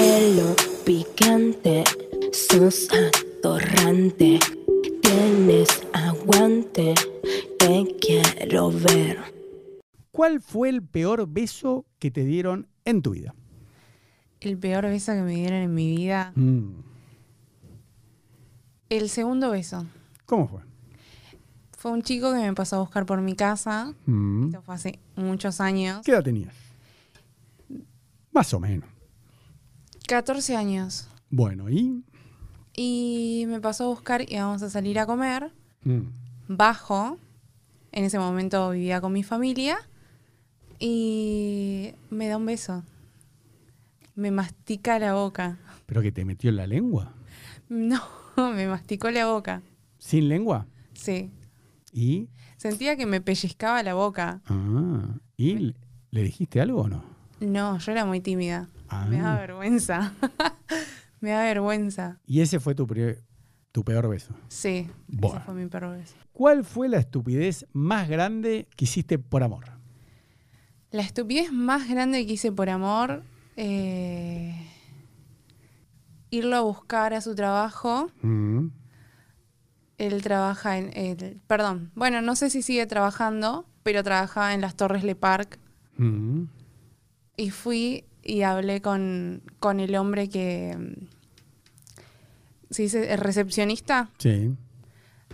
pelo picante, sos atorrante, tienes aguante, te quiero ver. ¿Cuál fue el peor beso que te dieron en tu vida? El peor beso que me dieron en mi vida. Mm, El segundo beso. ¿Cómo fue? Fue un chico que me pasó a buscar por mi casa. Mm, Esto fue hace muchos años. ¿Qué edad tenías? Más o menos. 14 años. Bueno, y. Y me pasó a buscar y íbamos a salir a comer. Mm, Bajo. En ese momento vivía con mi familia. Y me da un beso. Me mastica la boca. ¿Pero que te metió en la lengua? No, me masticó la boca. ¿Sin lengua? Sí. ¿Y? Sentía que me pellizcaba la boca. Ah, ¿y le, le dijiste algo o no? No, yo era muy tímida. Ah. Me da vergüenza. me da vergüenza. Y ese fue tu, pre- tu peor beso. Sí, Bueno. ese fue mi peor beso. ¿Cuál fue la estupidez más grande que hiciste por amor? La estupidez más grande que hice por amor, eh, irlo a buscar a su trabajo. Mm, Él trabaja en, el, perdón, bueno, no sé si sigue trabajando, pero trabajaba en las Torres Le Parc. mm. Y fui y hablé con, con el hombre que, mm, se dice, el recepcionista. Sí.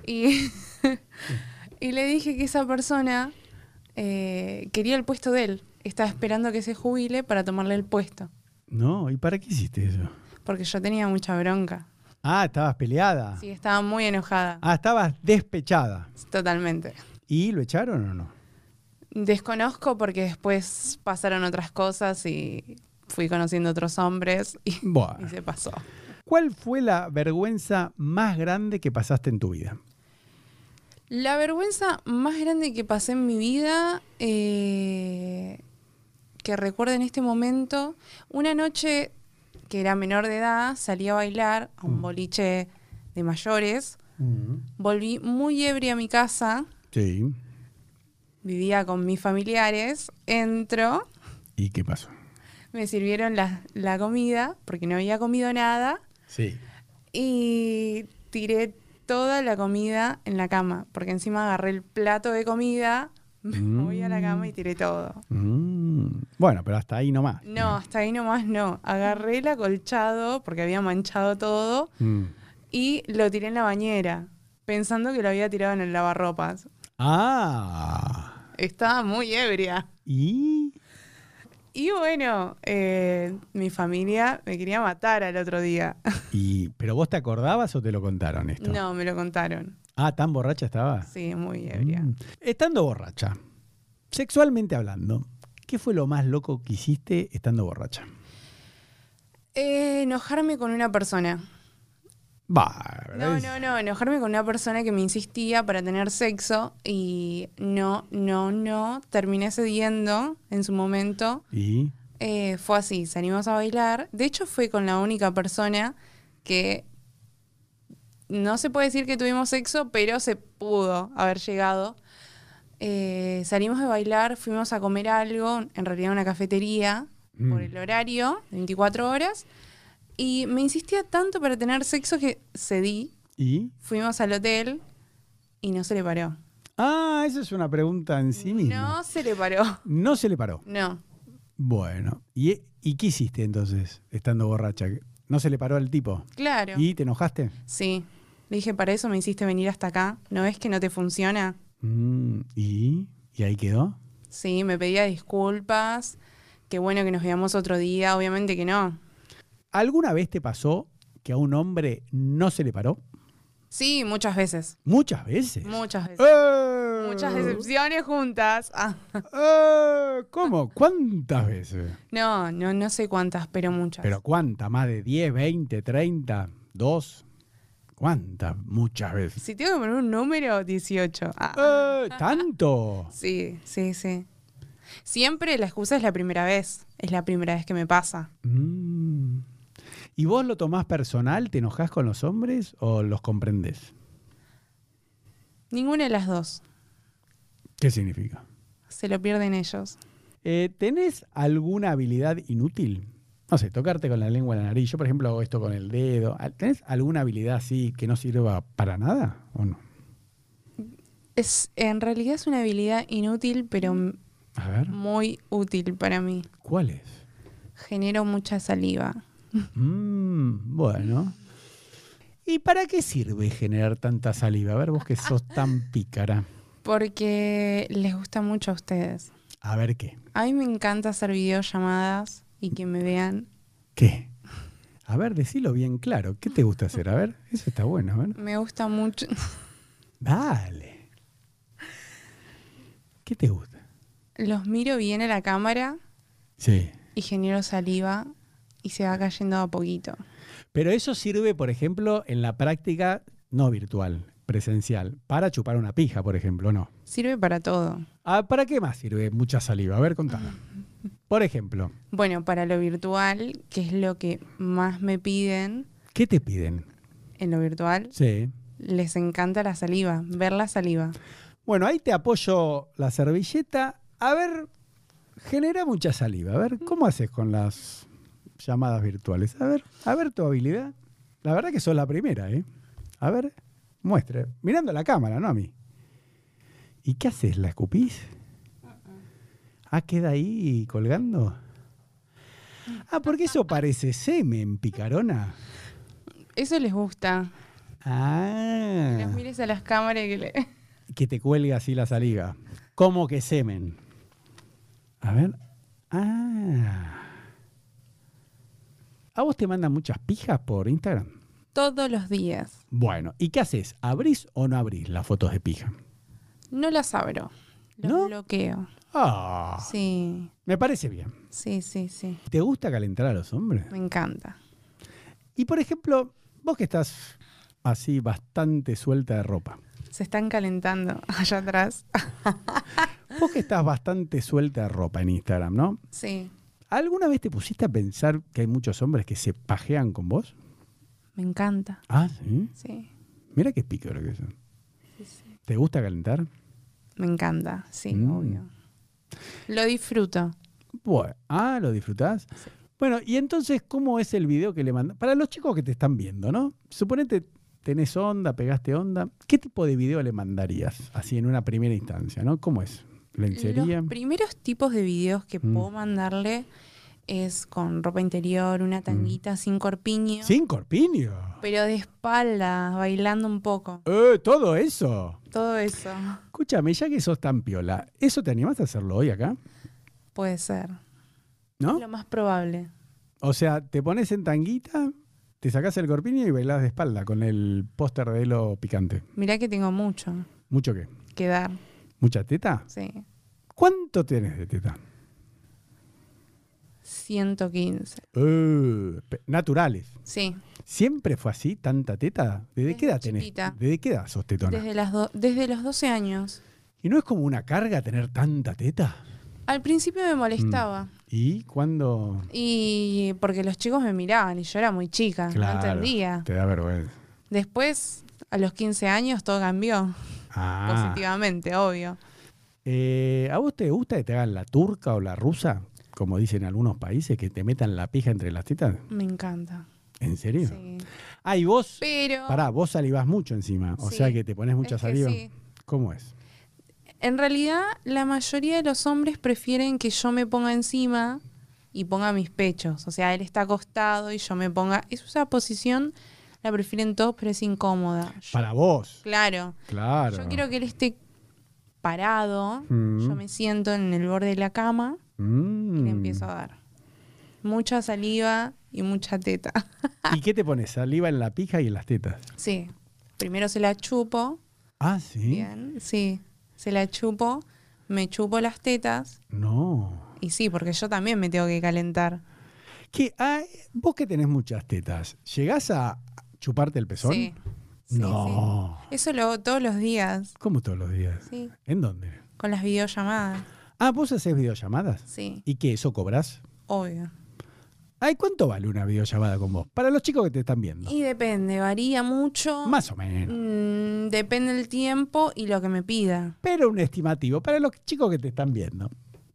Y, y le dije que esa persona eh, quería el puesto de él. Estaba esperando que se jubile para tomarle el puesto. No, ¿y para qué hiciste eso? Porque yo tenía mucha bronca. Ah, estabas peleada. Sí, estaba muy enojada. Ah, estabas despechada. Totalmente. ¿Y lo echaron o no? Desconozco porque después pasaron otras cosas y fui conociendo otros hombres y, y Bueno. se pasó. ¿Cuál fue la vergüenza más grande que pasaste en tu vida? La vergüenza más grande que pasé en mi vida, eh, que recuerdo en este momento, una noche que era menor de edad, salí a bailar a un boliche de mayores, volví muy ebria a mi casa, Sí. vivía con mis familiares, entro, ¿Y qué pasó? me sirvieron la, la comida, porque no había comido nada, Sí. y tiré toda la comida en la cama, porque encima agarré el plato de comida, me voy a la cama y tiré todo. Mm. Bueno, pero hasta ahí nomás. No, hasta ahí nomás no. Agarré el acolchado, porque había manchado todo, Mm. y lo tiré en la bañera, pensando que lo había tirado en el lavarropas. Ah. Estaba muy ebria. ¿Y? Y bueno, eh, mi familia me quería matar al otro día. ¿Y? ¿Pero vos te acordabas o te lo contaron esto? No, me lo contaron. Ah, ¿tan borracha estabas? Sí, muy ebria. Mm. Estando borracha, sexualmente hablando, ¿qué fue lo más loco que hiciste estando borracha? Eh, enojarme con una persona. Bah, No, es- no, no, enojarme con una persona que me insistía para tener sexo y no, no, no, terminé cediendo en su momento. ¿Y? Eh, fue así, salimos a bailar. De hecho fue con la única persona que no se puede decir que tuvimos sexo, pero se pudo haber llegado. Eh, salimos de bailar, fuimos a comer algo, en realidad una cafetería, Mm. por el horario, 24 horas. Y me insistía tanto para tener sexo que cedí ¿Y? Fuimos al hotel y no se le paró. Ah, esa es una pregunta en sí misma. No se le paró. No, se le paró. No. Bueno, ¿y, y qué hiciste entonces estando borracha? ¿No se le paró al tipo? Claro. ¿Y te enojaste? Sí. Le dije, para eso me hiciste venir hasta acá. ¿No ves que no te funciona? Mm, ¿Y? ¿Y ahí quedó? Sí, me pedía disculpas. Qué bueno que nos veamos otro día. Obviamente que no. ¿Alguna vez te pasó que a un hombre no se le paró? Sí, muchas veces. Muchas veces. Muchas veces. ¡Eh! Muchas decepciones juntas. Ah, ¡Eh! ¿Cómo? ¿Cuántas veces? no, no, no sé cuántas, pero muchas. ¿Pero cuántas? ¿Más de 10, 20, 30, 2? ¿Cuántas? Muchas veces. Si tengo que poner un número, 18. Ah, ¡Eh! ¿Tanto? sí, sí, sí. Siempre la excusa es la primera vez. Es la primera vez que me pasa. Mm. ¿Y vos lo tomás personal? ¿Te enojás con los hombres o los comprendés? Ninguna de las dos. ¿Qué significa? Se lo pierden ellos. Eh, ¿Tenés alguna habilidad inútil? No sé, tocarte con la lengua en la nariz. Yo, por ejemplo, hago esto con el dedo. Ah, ¿Tenés alguna habilidad así que no sirva para nada o no? Es, en realidad es una habilidad inútil, pero m- A ver, muy útil para mí. ¿cuál es? Genero mucha saliva. Mm, bueno. ¿Y para qué sirve generar tanta saliva? A ver, vos que sos tan pícara. Porque les gusta mucho a ustedes. A ver qué. A mí me encanta hacer videollamadas y que me vean. ¿Qué? A ver, decilo bien claro. ¿Qué te gusta hacer? A ver, eso está bueno. A ver. Me gusta mucho. Dale. ¿Qué te gusta? Los miro bien a la cámara Sí. y genero saliva y se va cayendo a poquito. Pero eso sirve, por ejemplo, en la práctica no virtual, presencial, para chupar una pija, por ejemplo, no. Sirve para todo. Ah, ¿Para qué más sirve mucha saliva? A ver, contame. Por ejemplo, Bueno, para lo virtual, que es lo que más me piden ¿qué te piden? en lo virtual, Sí. les encanta la saliva, ver la saliva. Bueno, ahí te apoyo la servilleta. A ver, genera mucha saliva. A ver, ¿cómo haces con las llamadas virtuales? A ver, a ver tu habilidad. La verdad que sos la primera, ¿eh? A ver, muestre. Mirando a la cámara, no a mí. ¿Y qué haces? ¿La escupís? Ah, queda ahí colgando. Ah, porque eso parece semen, picarona. Eso les gusta. Ah. Que Los mires a las cámaras y que le... que te cuelga así la saliva. Como que semen. A ver. Ah. ¿A vos te mandan muchas pijas por Instagram? Todos los días. Bueno, ¿y qué haces? ¿Abrís o no abrís las fotos de pija? No las abro. Los ¿No? bloqueo. Ah, Sí, me parece bien. sí, sí, sí. ¿Te gusta calentar a los hombres? Me encanta. Y por ejemplo, vos que estás así bastante suelta de ropa. Se están calentando allá atrás. Vos que estás bastante suelta de ropa en Instagram, ¿no? Sí, ¿Alguna vez te pusiste a pensar que hay muchos hombres que se pajean con vos? me encanta. Ah, sí. Sí, Mira qué pícaro que son. ¿Te gusta calentar? me encanta. Sí, Mm. obvio. Lo disfruto. Bueno, ah, ¿lo disfrutás? Sí. Bueno, y entonces, ¿cómo es el video que le mandas? Para los chicos que te están viendo, ¿no? Suponete tenés onda, pegaste onda. ¿Qué tipo de video le mandarías? Así en una primera instancia, ¿no? ¿Cómo es? ¿Lencería? Los primeros tipos de videos que Mm. puedo mandarle es con ropa interior, Mm. una tanguita sin corpiño, ¿Sin corpiño? pero de espalda, bailando un poco. ¡Eh, todo eso! Todo eso Escúchame, ya que sos tan piola, ¿eso te animás a hacerlo hoy acá? puede ser. ¿No? Lo más probable. O sea, te pones en tanguita, te sacás el corpiño y bailás de espalda con el póster de lo picante. Mirá que tengo mucho ¿Mucho qué? que dar. ¿Mucha teta? Sí. ¿Cuánto tienes de teta? 115. Eh, pe- naturales. Sí. ¿Siempre fue así, tanta teta? ¿Desde, Desde qué edad tenés? chiquita. ¿Desde qué edad sos tetona? Desde, las do- desde los 12 años. ¿Y no es como una carga tener tanta teta? Al principio me molestaba. Mm. ¿Y cuándo? Y porque los chicos me miraban y yo era muy chica, Claro, no entendía. Te da vergüenza. Después, a los 15 años, todo cambió Ah. positivamente, obvio. Eh, ¿A vos te gusta que te hagan la turca o la rusa? Como dicen en algunos países, que te metan la pija entre las tetas. Me encanta. ¿En serio? Sí. Ah, y vos, Pero pará, vos salivás mucho encima. O Sí. sea que te pones mucha Es que saliva. sí. ¿Cómo es? en realidad la mayoría de los hombres prefieren que yo me ponga encima y ponga mis pechos. O sea, él está acostado y yo me ponga... Es esa posición, la prefieren todos, pero es incómoda. Yo- Para vos. claro. Claro. Yo quiero que él esté parado, Mm. yo me siento en el borde de la cama. Mm. y le empiezo a dar. Mucha saliva y mucha teta. Ah. ¿Y qué te pones? Saliva en la pija y en las tetas. Sí. Primero se la chupo. Ah, sí. Bien. Sí. Se la chupo. Me chupo las tetas. No. Y sí, porque yo también me tengo que calentar. ¿Qué? Ah, vos que tenés muchas tetas, ¿llegás a chuparte el pezón? Sí. Sí, No. sí. Eso lo hago todos los días. ¿Cómo todos los días? Sí. ¿En dónde? Con las videollamadas. Ah, vos haces videollamadas. Sí. ¿Y qué? ¿Eso cobrás? Obvio. Ay, ¿cuánto vale una videollamada con vos? Para los chicos que te están viendo. Y depende. Varía mucho. Más o menos. Mm, depende el tiempo y lo que me pida. Pero un estimativo para los chicos que te están viendo.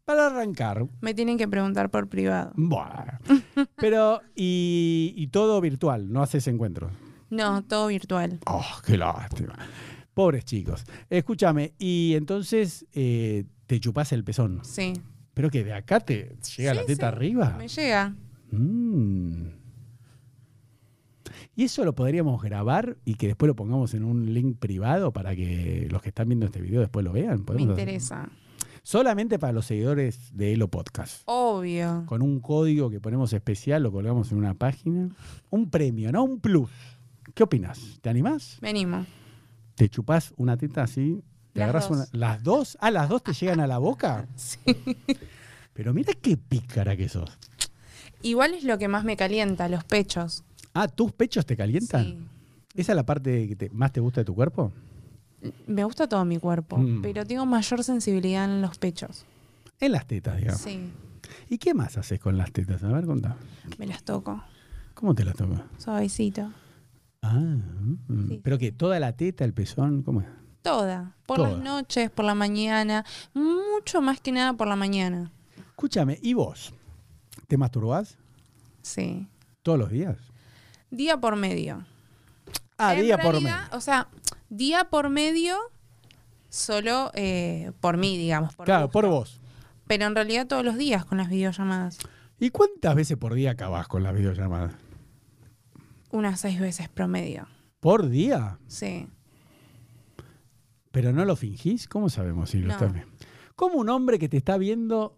Para arrancar. Me tienen que preguntar por privado. Buah. Pero, y, y todo virtual, no haces encuentros. No, todo virtual. Oh, qué lástima. Pobres chicos. Escúchame, y entonces eh, te chupás el pezón. Sí. Pero que de acá te llega Sí, la teta sí. arriba. Me llega. Mm. Y eso lo podríamos grabar y que después lo pongamos en un link privado para que los que están viendo este video después lo vean. Me Podemos hacer- interesa. Solamente para los seguidores de Elo Podcast. Obvio. Con un código que ponemos especial, lo colgamos en una página. Un premio, ¿no? Un plus. ¿Qué opinas? ¿Te animás? Me animo. ¿Te chupás una teta así? ¿Te Las agarrás dos. una- ¿Las dos? Ah, las dos te llegan a la boca. Sí. Pero mira qué pícara que sos. Igual es lo que más me calienta, los pechos. Ah, ¿tus pechos te calientan? Sí. ¿Esa es la parte que te- más te gusta de tu cuerpo? Me gusta todo mi cuerpo, Mm. pero tengo mayor sensibilidad en los pechos. En las tetas, digamos. Sí, ¿Y qué más haces con las tetas? A ver, contá. me las toco. ¿Cómo te las tomas? Suavecito. Ah, mm. Sí, pero sí. que toda la teta, el pezón, ¿cómo es? Toda. Por Toda. las noches, por la mañana. Mucho más que nada por la mañana. Escúchame, ¿y vos? ¿Te masturbás Sí. todos los días? Día por medio. Ah, En día por mes. realidad, O sea, día por medio, solo eh, por mí, digamos. por Claro, gusto. por vos. Pero en realidad todos los días con las videollamadas. ¿Y cuántas veces por día acabás con las videollamadas? Unas seis veces promedio. ¿Por día? Sí. ¿Pero no lo fingís? ¿Cómo sabemos si lo No. estás viendo? ¿Cómo un hombre que te está viendo...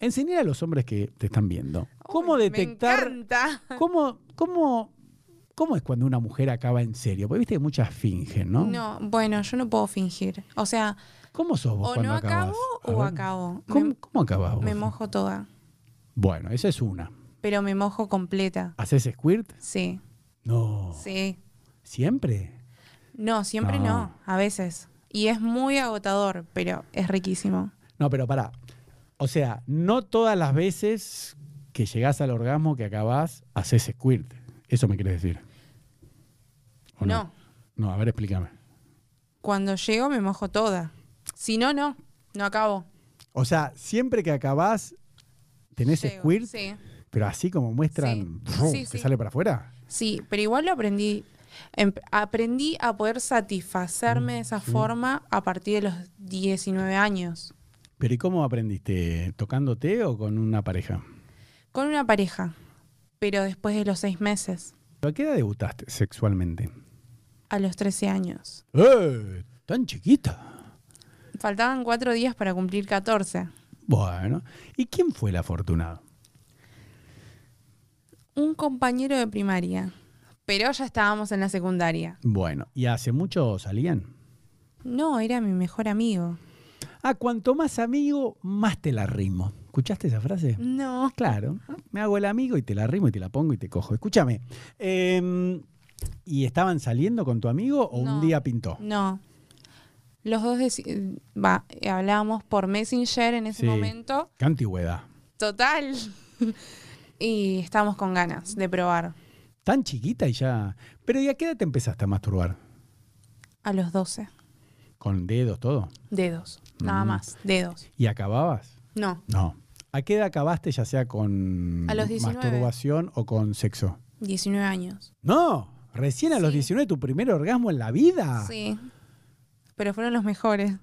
Enseñar a los hombres que te están viendo. ¿Cómo Uy, detectar... Me encanta. ¿Cómo, cómo, ¿Cómo es cuando una mujer acaba en serio? Porque viste que muchas fingen, ¿no? No, bueno, yo no puedo fingir. O sea, ¿Cómo sos vos o cuando no acabás? acabo A o ver. acabo. ¿Cómo, Me, cómo acabás vos? me mojo toda, Bueno, esa es una. pero me mojo completa. ¿Haces squirt? Sí, No. sí. ¿Siempre? No, siempre No. no. a veces. Y es muy agotador, pero es riquísimo. No, pero pará. O sea, no todas las veces que llegás al orgasmo que acabás, haces squirt. Eso me querés decir. ¿O No, No, a ver, explícame. cuando llego me mojo toda. Si no, no, no acabo. O sea, siempre que acabás, tenés Llego, squirt, Sí. pero así como muestran, Sí. ¡fru! Sí, que sí. sale para afuera. Sí, pero igual lo aprendí. Em- aprendí a poder satisfacerme de esa forma a partir de los 19 años. ¿Pero y cómo aprendiste? ¿Tocándote o con una pareja? Con una pareja, pero después de los seis meses, ¿A qué edad debutaste sexualmente? a los 13 años. ¡Eh! ¿Tan chiquita? Faltaban cuatro días para cumplir 14. Bueno, ¿y quién fue el afortunado? Un compañero de primaria, pero ya estábamos en la secundaria. Bueno, ¿y hace mucho salían? No, era mi mejor amigo. Ah, cuanto más amigo, más te la rimo. ¿Escuchaste esa frase? No. Claro, me hago el amigo y te la rimo y te la pongo y te cojo. Escúchame, em, ¿y estaban saliendo con tu amigo o un No. día pintó? No. Los dos deci- va, eh, hablábamos por Messenger en ese Sí. momento. ¿Qué antigüedad? Total. y estábamos con ganas de probar. Tan chiquita y ya... Pero ¿y a qué edad te empezaste a masturbar? A los 12. ¿Con dedos, todo? Dedos. Nada Mm. más. Dedos. ¿Y acababas? No. No. ¿A qué edad acabaste, ya sea con A los 19. masturbación o con sexo? 19 años. No, recién a los Sí. 19 tu primer orgasmo en la vida. Sí. Pero fueron los mejores.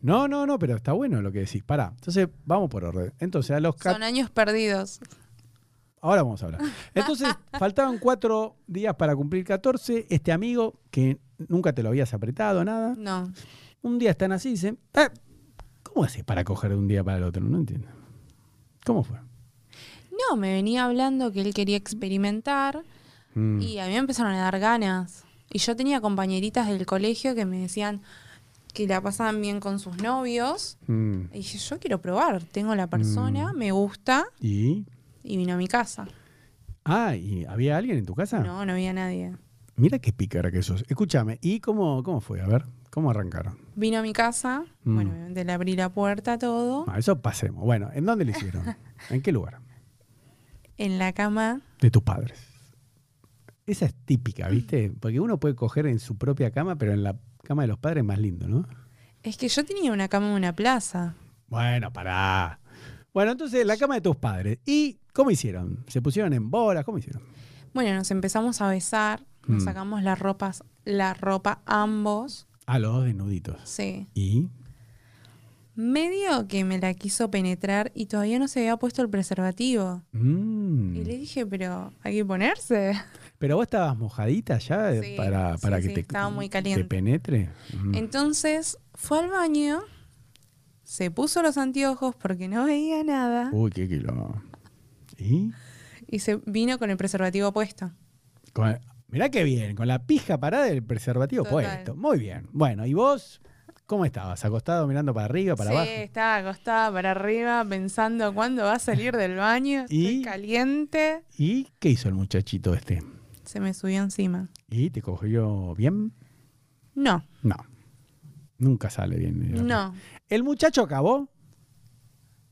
No, no, no, pero está bueno lo que decís. Pará, entonces vamos por orden. Entonces, a los ca- Son años perdidos. Ahora vamos a hablar. Entonces, faltaban cuatro días para cumplir 14. Este amigo, que nunca te lo habías apretado, nada, No. un día están así y dicen, "Eh, ¿cómo haces para coger de un día para el otro? No entiendo. ¿Cómo fue? No, me venía hablando que él quería experimentar Mm. y a mí me empezaron a dar ganas. Y yo tenía compañeritas del colegio que me decían que la pasaban bien con sus novios. Mm. Y dije, yo quiero probar, tengo la persona, me gusta ¿Y? y vino a mi casa. Ah, ¿y había alguien en tu casa? No, no había nadie. Mira qué pícara que sos. Escúchame, ¿y cómo, cómo fue? A ver, ¿cómo arrancaron? Vino a mi casa, Mm. bueno, obviamente le abrí la puerta, todo, Ah, eso pasemos. Bueno, ¿en dónde lo hicieron? ¿En qué lugar? en la cama. De tus padres. Esa es típica, ¿viste? Porque uno puede coger en su propia cama, pero en la cama de los padres es más lindo, ¿no? Es que yo tenía una cama en una plaza. Bueno, pará. Bueno, entonces la cama de tus padres. ¿Y cómo hicieron? ¿Se pusieron en bolas? ¿Cómo hicieron? Bueno, nos empezamos a besar, nos Mm. sacamos las ropas, la ropa ambos. A los dos desnuditos. Sí. ¿Y? Medio que me la quiso penetrar y todavía no se había puesto el preservativo. Mm. Y le dije, pero hay que ponerse. Pero vos estabas mojadita ya eh, Sí, para, para sí, que sí, te, estaba muy te caliente. penetre. Mm. Entonces fue al baño, se puso los anteojos porque no veía nada Uy, qué kilo. ¿Y? y se vino con el preservativo puesto. Con- mirá qué bien, con la pija parada del preservativo Total. puesto. Muy bien. Bueno, ¿y vos cómo estabas? ¿Acostado mirando para arriba, para sí, abajo? estaba acostada para arriba pensando cuándo va a salir del baño. Y- Estoy caliente. ¿Y qué hizo el muchachito este? Se me subió encima. ¿Y te cogió bien? No, No. Nunca sale bien. la no, pija. ¿El muchacho acabó?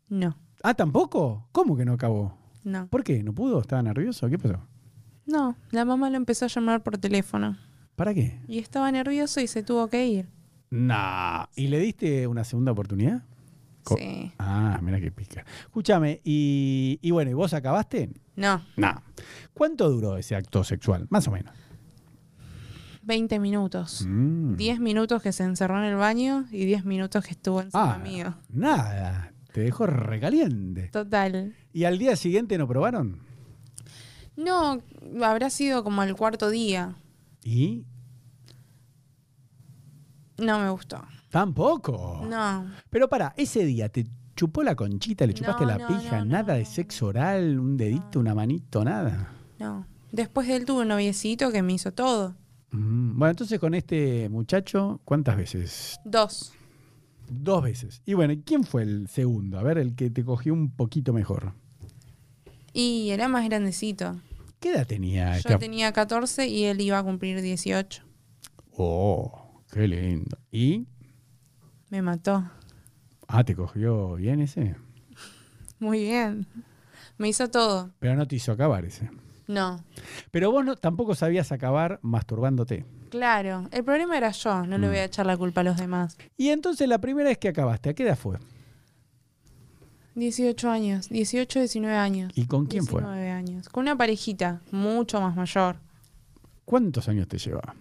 no, Ah, ¿tampoco? ¿Cómo que no acabó? no. ¿Por qué? ¿No pudo? ¿Estaba nervioso? ¿Qué pasó? No, la mamá lo empezó a llamar por teléfono ¿Para qué? y estaba nervioso y se tuvo que ir. Nah. ¿Y le diste una segunda oportunidad? Co- Sí. Ah, mira qué pica. Escúchame, y, y bueno, ¿y vos acabaste? No, No. ¿Cuánto duró ese acto sexual? Más o menos. 20 minutos. Mm. 10 minutos que se encerró en el baño y 10 minutos que estuvo encima Ah, mío. nada. Te dejó recaliente. Total. ¿Y al día siguiente no probaron? No, habrá sido como el cuarto día. ¿Y? No me gustó. Tampoco. No. Pero para, ese día te chupó la conchita, le chupaste No, la no, pija, no, nada no, de no. sexo oral, un dedito, una manito, nada. No. Después de él tuve un noviecito que me hizo todo. Mm, Bueno, entonces con este muchacho, ¿cuántas veces? Dos. Dos veces. Y bueno, ¿quién fue el segundo? A ver, el que te cogió un poquito mejor. Y era más grandecito. ¿Qué edad tenía Yo esta- tenía 14 y él iba a cumplir 18. Oh, qué lindo. ¿Y? Me mató. Ah, te cogió bien ese. Muy bien. Me hizo todo. Pero no te hizo acabar ese. No. Pero vos no, tampoco sabías acabar masturbándote. Claro. El problema era yo. No Mm. le voy a echar la culpa a los demás. Y entonces la primera vez que acabaste, ¿a qué edad fue? 18 años. 18, 19 años. ¿Y con quién fue? 19 años. Con una parejita mucho más mayor. ¿Cuántos años te llevaba?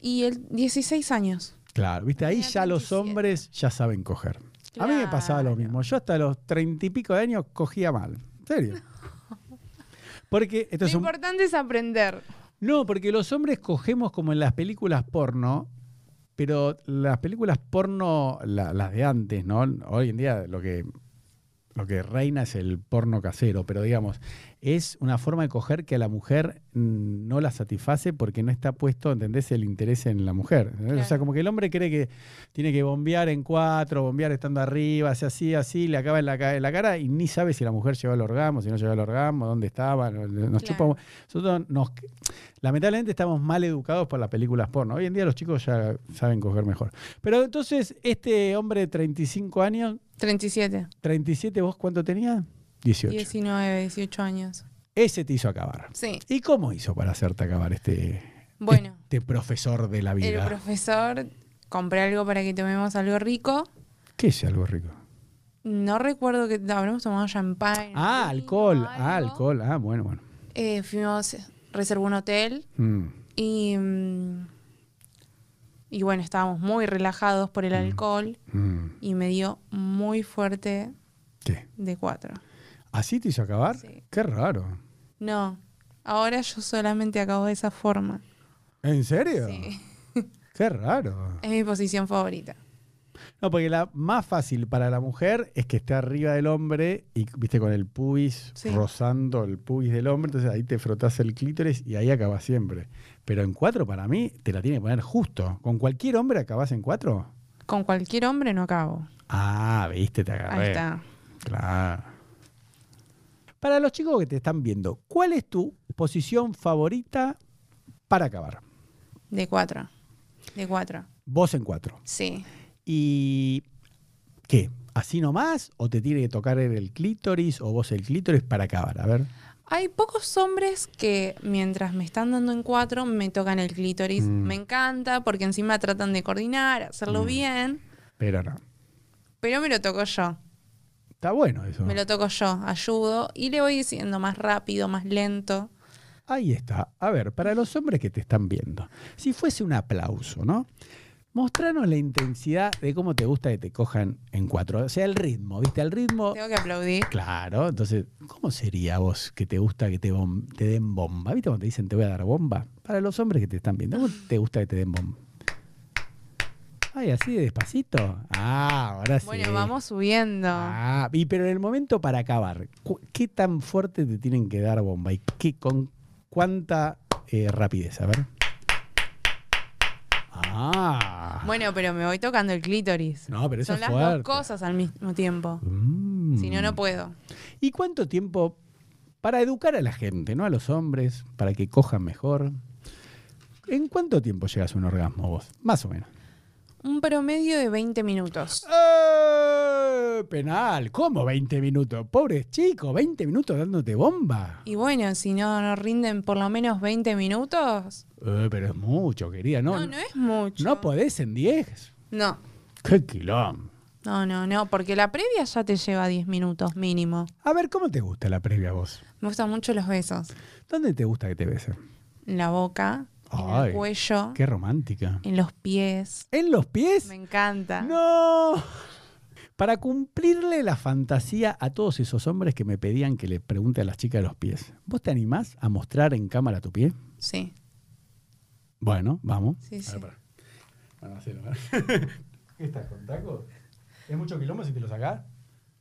Y él, 16 años. Claro, viste, ahí Tenía ya los 37. hombres ya saben coger. A mí me pasaba lo Claro. mismo. Yo hasta los treinta y pico de años cogía mal. En serio. Porque esto Lo Este es un- importante es aprender. No, porque los hombres cogemos como en las películas porno, pero las películas porno, la- las de antes, ¿no? Hoy en día lo que, lo que reina es el porno casero, pero digamos, es una forma de coger que a la mujer mm, no la satisface porque no está puesto, ¿entendés?, el interés en la mujer. ¿entendés? O sea, Claro. como que el hombre cree que tiene que bombear en cuatro, bombear estando arriba, hace así, así, le acaba en la, ca- en la cara y ni sabe si la mujer llegó al orgasmo, si no llegó al orgasmo, dónde estaba, nos chupa... un- Nosotros nos, Lamentablemente estamos mal educados por las películas porno. Hoy en día los chicos ya saben coger mejor. Pero entonces, este hombre de 35 años, 37. 37, ¿vos cuánto tenías? 18. 19, 18 años. Ese te hizo acabar. Sí. ¿Y cómo hizo para hacerte acabar este, Bueno, este profesor de la el vida? profesor, compré algo para que tomemos algo rico. ¿Qué es algo rico? No recuerdo que habremos tomado champán. Ah, vino, alcohol. Ah, algo. alcohol. Ah, bueno, bueno. Eh, fuimos, reservó un hotel Mm. y. mm, y bueno, estábamos muy relajados por el alcohol Mm. y me dio muy fuerte ¿Qué? de cuatro. ¿Así te hizo acabar? Sí. Qué raro. No, ahora yo solamente acabo de esa forma. ¿En serio? Sí. Qué raro. Es mi posición favorita. No, porque la más fácil para la mujer es que esté arriba del hombre y, viste, con el pubis Sí. rozando el pubis del hombre, entonces ahí te frotás el clítoris y ahí acabas siempre. Pero en cuatro, para mí, te la tiene que poner justo. ¿Con cualquier hombre acabás en cuatro? Con cualquier hombre no acabo. Ah, viste, te agarré. Ahí está. Claro. Para los chicos que te están viendo, ¿cuál es tu posición favorita para acabar? De cuatro. De cuatro. Vos en cuatro. Sí. ¿Y qué? ¿Así nomás? ¿O te tiene que tocar el- el clítoris o vos el clítoris para acabar? A ver. Hay pocos hombres que mientras me están dando en cuatro me tocan el clítoris. Mm. Me encanta porque encima tratan de coordinar, hacerlo bien, Pero no. pero me lo toco yo. Está bueno eso. Me lo toco yo, ayudo y le voy diciendo más rápido, más lento. Ahí está. A ver, para los hombres que te están viendo, si fuese un aplauso, ¿no? Mostranos la intensidad de cómo te gusta que te cojan en cuatro. O sea, el ritmo, ¿viste? El ritmo. Tengo que aplaudir. Claro, entonces, ¿cómo sería vos que te gusta que te, bom- te den bomba? ¿Viste cuando te dicen te voy a dar bomba? Para los hombres que te están viendo, ¿cómo te gusta que te den bomba? Ay, así de despacito. Ah, ahora sí. Bueno, vamos subiendo. Ah, y pero en el momento para acabar, cu- ¿qué tan fuerte te tienen que dar bomba? ¿Y qué, con cuánta eh, rapidez? A ver. Ah. Bueno, pero me voy tocando el clítoris. no, pero eso Son es las fuerte. dos cosas al mismo tiempo. Mm. Si no, no puedo. ¿Y cuánto tiempo para educar a la gente, no a los hombres, para que cojan mejor? ¿En cuánto tiempo llegas a un orgasmo vos? Más o menos. Un promedio de 20 minutos. ¡Eh! Penal, ¿cómo 20 minutos? Pobres chicos, 20 minutos dándote bomba. Y bueno, si no, no rinden por lo menos 20 minutos. Eh, pero es mucho, querida. No, No, no, es mucho. no podés en 10. No, ¡Qué quilombo! no, no, no, porque la previa ya te lleva 10 minutos mínimo. A ver, ¿cómo te gusta la previa a vos? Me gustan mucho los besos. ¿Dónde te gusta que te besen? En la boca, en Ay, el cuello, Qué romántica. en los pies. ¿En los pies? Ah. Me encanta. ¡No! Para cumplirle la fantasía a todos esos hombres que me pedían que le pregunte a las chicas de los pies, ¿vos te animás a mostrar en cámara tu pie? Sí, Bueno, vamos. sí, sí. Bueno, hacelo, ¿Qué estás con tacos? ¿Es mucho quilombo si te lo sacás?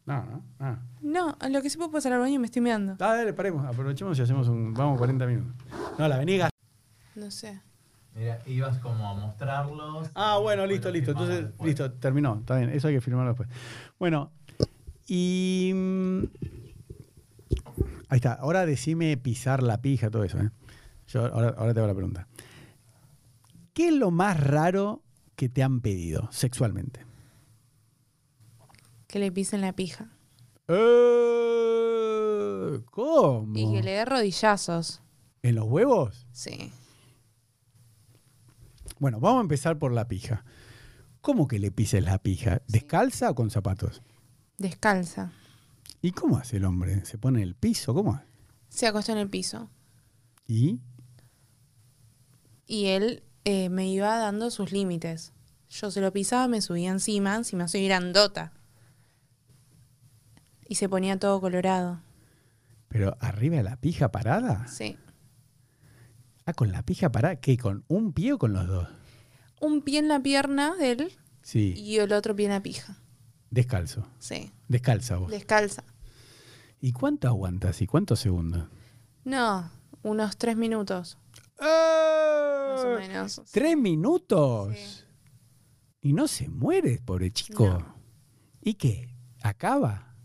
No, no. Ah. No, a lo que sí puedo pasar al baño y me estoy mirando. Dale, paremos, aprovechemos y hacemos un. Vamos 40 minutos. No, la venía No sé. Mira, ibas como a mostrarlos. Ah, y bueno, después listo, listo. los filmabas Entonces, después. listo, terminó. Está bien, eso hay que firmarlo después. Bueno, y. mm, Ahí está. Ahora decime pisar la pija, todo eso. ¿eh? Yo ahora, ahora te hago la pregunta. ¿Qué es lo más raro que te han pedido sexualmente? Que le pisen la pija. Eh, ¿Cómo? Y que le dé rodillazos. ¿En los huevos? Sí. Bueno, vamos a empezar por la pija. ¿Cómo que le pises la pija? ¿Descalza o con zapatos? Descalza. ¿Y cómo hace el hombre? ¿Se pone en el piso? ¿Cómo hace? Se acostó en el piso. ¿Y? Y él eh, me iba dando sus límites. Yo se lo pisaba, me subía encima, encima soy grandota. Y se ponía todo colorado. ¿Pero arriba de la pija parada? Sí. Ah, con la pija parada. ¿Qué? ¿Con un pie o con los dos? Un pie en la pierna de él Sí. y el otro pie en la pija. Descalzo. Sí. Descalza vos. Descalza. ¿Y cuánto aguantas? ¿Y cuántos segundos? No, unos tres minutos, más o ¡Eh! menos. ¿Tres minutos? Sí. Y no se muere, pobre chico. No. ¿Y qué? ¿Acaba?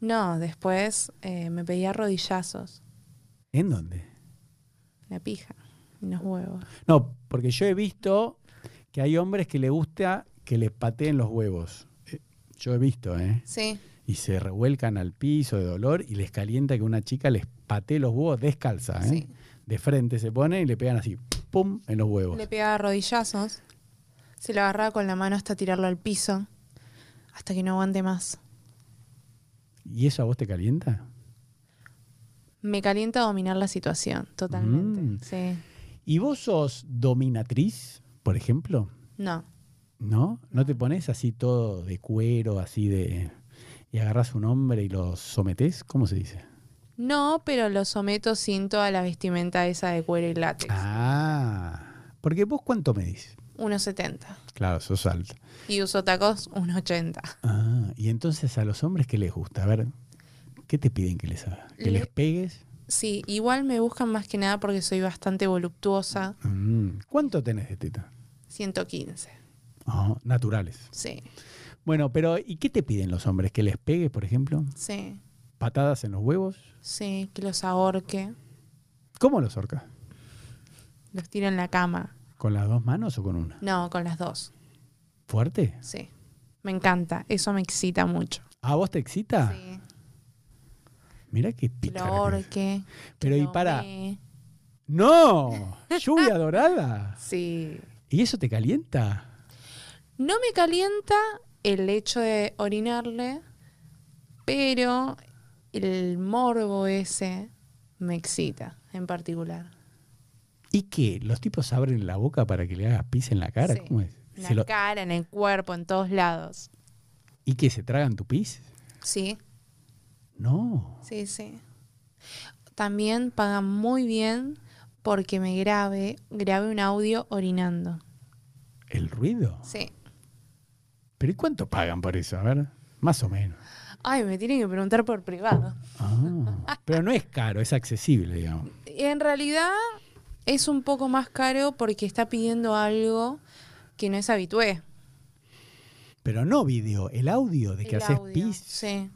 No, después eh, me pedía rodillazos, ¿En dónde? la pija y los huevos. No, porque yo he visto que hay hombres que les gusta que les pateen los huevos. Eh, Yo he visto, ¿eh? Sí. y se revuelcan al piso de dolor y les calienta que una chica les patee los huevos descalza, ¿eh? Sí. De frente se pone y le pegan así, pum, en los huevos. Le pegaba rodillazos. Se lo agarraba con la mano hasta tirarlo al piso. Hasta que no aguante más. ¿Y eso a vos te calienta? Me calienta dominar la situación, totalmente. Mm. Sí. ¿Y vos sos dominatriz, por ejemplo? No. ¿No? ¿No te pones así todo de cuero, así de... y agarras un hombre y lo sometés? ¿Cómo se dice? No, pero lo someto sin toda la vestimenta esa de cuero y látex. Ah, porque vos cuánto medís? 1,70. Claro, sos alta. Y uso tacos 1,80. Ah, y entonces a los hombres, ¿qué les gusta? A ver, ¿qué te piden que les haga? ¿Que Le- les pegues? Sí, igual me buscan más que nada porque soy bastante voluptuosa. Mm, ¿Cuánto tenés de teta? 115. Ah, naturales. Sí, Bueno, pero ¿y qué te piden los hombres? ¿Que les pegues, por ejemplo? sí, ¿Patadas en los huevos? sí. Que los ahorque. ¿Cómo los orcas? Los tiro en la cama. ¿Con las dos manos o con una? No, con las dos. ¿Fuerte? Sí. Me encanta. Eso me excita mucho. ¿A vos te excita? Sí. Mirá qué Que Ah, pica. lo ahorque. Pero que y lo para. mee. ¡No! ¡Lluvia dorada! Sí. ¿Y eso te calienta? No me calienta el hecho de orinarle, Pero el morbo ese me excita en particular. ¿Y qué? ¿Los tipos abren la boca para que le hagas pis en la cara? Sí. ¿Cómo es? En ¿Se la lo- cara, en el cuerpo, en todos lados. ¿Y qué? ¿Se tragan tu pis? Sí, No. sí, sí. También pagan muy bien porque me grabe, grabe un audio orinando. ¿El ruido? Sí. ¿Pero y cuánto pagan por eso? A ver, más o menos. Ay, me tienen que preguntar por privado. Ah, pero no es caro, es accesible, digamos. En realidad es un poco más caro porque está pidiendo algo que no es habitué. Pero no video, el audio de que El haces audio, pis. Sí.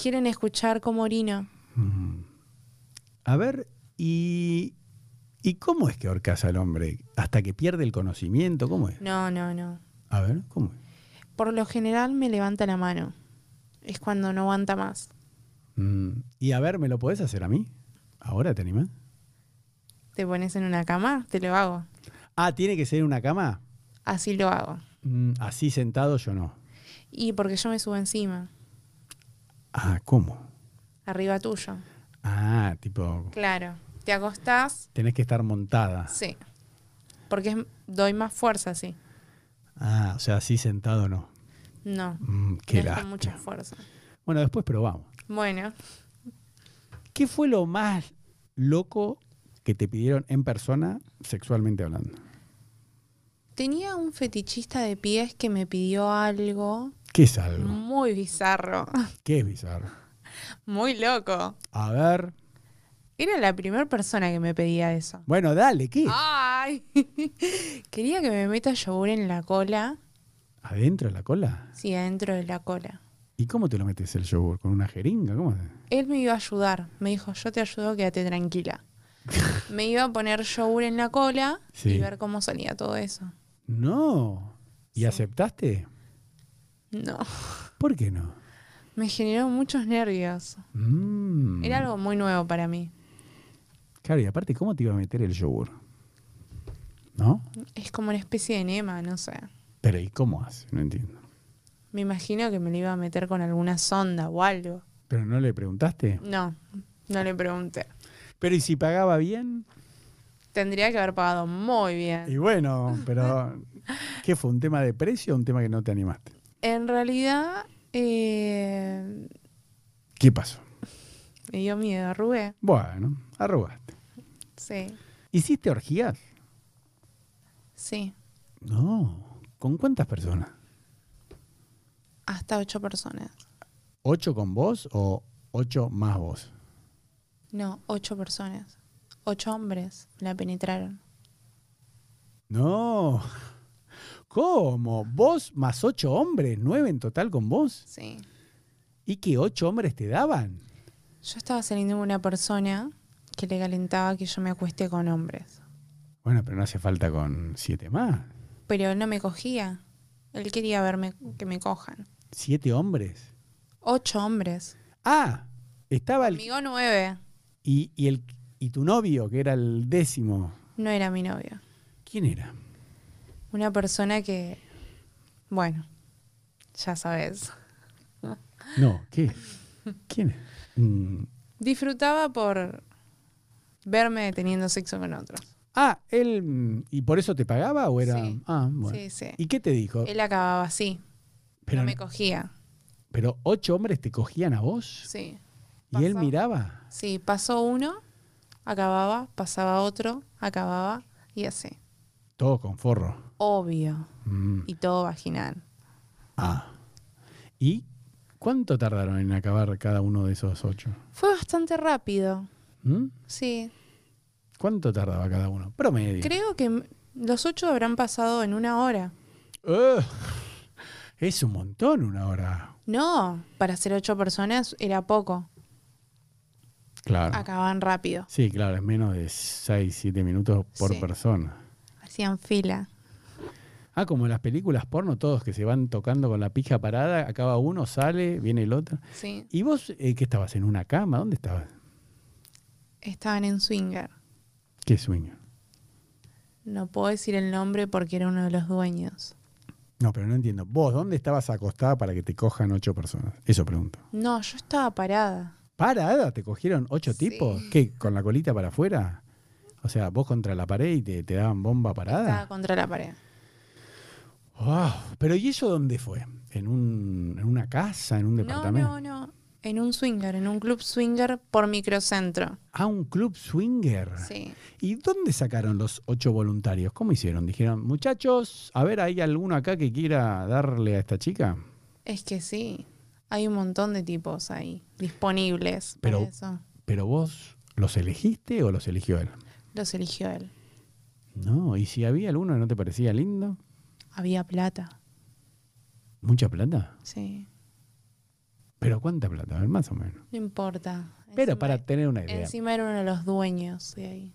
Quieren escuchar cómo orino. Mm. A ver, ¿y, ¿y cómo es que ahorcas al hombre? ¿Hasta que pierde el conocimiento? ¿Cómo es? No, no, no. A ver, ¿cómo es? Por lo general me levanta la mano. Es cuando no aguanta más. Mm, Y a ver, ¿me lo podés hacer a mí? ¿Ahora te animás? Te pones en una cama, te lo hago. Ah, ¿tiene que ser en una cama? Así lo hago. Mm, así sentado yo no. Y porque yo me subo encima, Ah, ¿cómo? arriba tuyo. Ah, tipo, Claro. Te acostás, tenés que estar montada. sí. Porque es- doy más fuerza así. Ah, o sea, así sentado no. No. Mm, no qué es con lástima. mucha fuerza. Bueno, después probamos. Bueno. ¿Qué fue lo más loco que te pidieron en persona, sexualmente hablando? Tenía un fetichista de pies que me pidió algo ¿Qué es algo? muy bizarro, ¿Qué es bizarro? muy loco. A ver. Era la primera persona que me pedía eso. Bueno, dale, ¿qué? Ah. Ay, quería que me meta yogur en la cola, ¿Adentro de la cola? sí, adentro de la cola. ¿Y cómo te lo metes el yogur? ¿Con una jeringa? ¿Cómo? Él me iba a ayudar, me dijo, yo te ayudo, quédate tranquila. Me iba a poner yogur en la cola Sí. y ver cómo salía todo eso. No. ¿Y aceptaste? No, ¿Por qué no? me generó muchos nervios. Mm. Era algo muy nuevo para mí. Claro, y aparte, ¿cómo te iba a meter el yogur? ¿No? Es como una especie de enema, no sé. Pero ¿y cómo hace? No entiendo. Me imagino que me lo iba a meter con alguna sonda o algo. ¿Pero no le preguntaste? No, no le pregunté. Pero ¿y si pagaba bien? Tendría que haber pagado muy Y bien. bueno, pero ¿qué fue? ¿Un tema de precio o un tema que no te animaste? En realidad, eh, ¿Qué pasó? me dio miedo, arrugué. Bueno, arrugaste. Sí, ¿Hiciste orgías? sí. No. ¿Con cuántas personas? Hasta ocho personas. ¿Ocho con vos o ocho más vos? No, ocho personas. Ocho hombres la penetraron. No. ¿Cómo? ¿Vos más ocho hombres? ¿Nueve en total con vos? Sí. ¿Y qué ocho hombres te daban? Yo estaba saliendo con una persona que le calentaba que yo me acueste con hombres. Bueno, pero no hace falta con siete más. Pero no me cogía. Él quería verme que me cojan. ¿Siete hombres? Ocho hombres. Ah, estaba el... Amigo nueve. Y, y el y tu novio, que era el décimo. No era mi novio. ¿Quién era? Una persona que, bueno, ya sabes. No, ¿qué? ¿Quién es? Mm. Disfrutaba por verme teniendo sexo con otros. Ah, él... mm, ¿Y por eso te pagaba o era...? Sí. Ah, bueno. Sí, sí. ¿Y qué te dijo? Él acababa así. pero, no me cogía. pero ocho hombres te cogían a vos Sí. y él pasó. miraba. Sí, pasó uno, acababa, pasaba otro, acababa y así. Todo con forro. Obvio. Mm. Y todo vaginal. Ah. ¿Y cuánto tardaron en acabar cada uno de esos ocho? Fue bastante rápido. ¿Mm? Sí. ¿Cuánto tardaba cada uno? Promedio. Creo que m- los ocho habrán pasado en una hora. Eh, es un montón una hora. No, para ser ocho personas era poco. Claro. Acababan rápido. Sí, claro, es menos de 6, 7 minutos por Sí. persona. Hacían fila. Ah, como en las películas porno, todos que se van tocando con la pija parada, acaba uno, sale, viene el otro. Sí. ¿Y vos eh, qué estabas? ¿En una cama? ¿Dónde estabas? Estaban en Swinger. Qué sueño. No puedo decir el nombre porque era uno de los dueños. No, pero no entiendo. ¿Vos dónde estabas acostada para que te cojan ocho personas? Eso pregunto. No, yo estaba parada. ¿Parada? ¿Te cogieron ocho Sí. tipos? ¿Qué? ¿Con la colita para afuera? O sea, vos contra la pared y te, te daban bomba parada. Estaba contra la pared. Wow. Pero ¿y eso dónde fue? ¿En, un, ¿En una casa? ¿En un No, departamento? no, no. En un swinger, en un club swinger por microcentro. ¿A un club swinger? Sí. ¿Y dónde sacaron los ocho voluntarios? ¿Cómo hicieron? Dijeron, muchachos, a ver, ¿hay alguno acá que quiera darle a esta chica? Es que sí. Hay un montón de tipos ahí disponibles. para Pero- eso. Pero vos, ¿los elegiste o los eligió él? Los eligió él. No, y si había alguno que no te parecía lindo, Había plata. mucha plata. Sí. ¿Pero cuánta plata? A ver, más o menos. No importa. Pero Encima- e- para tener una idea. Encima era uno de los dueños de ahí.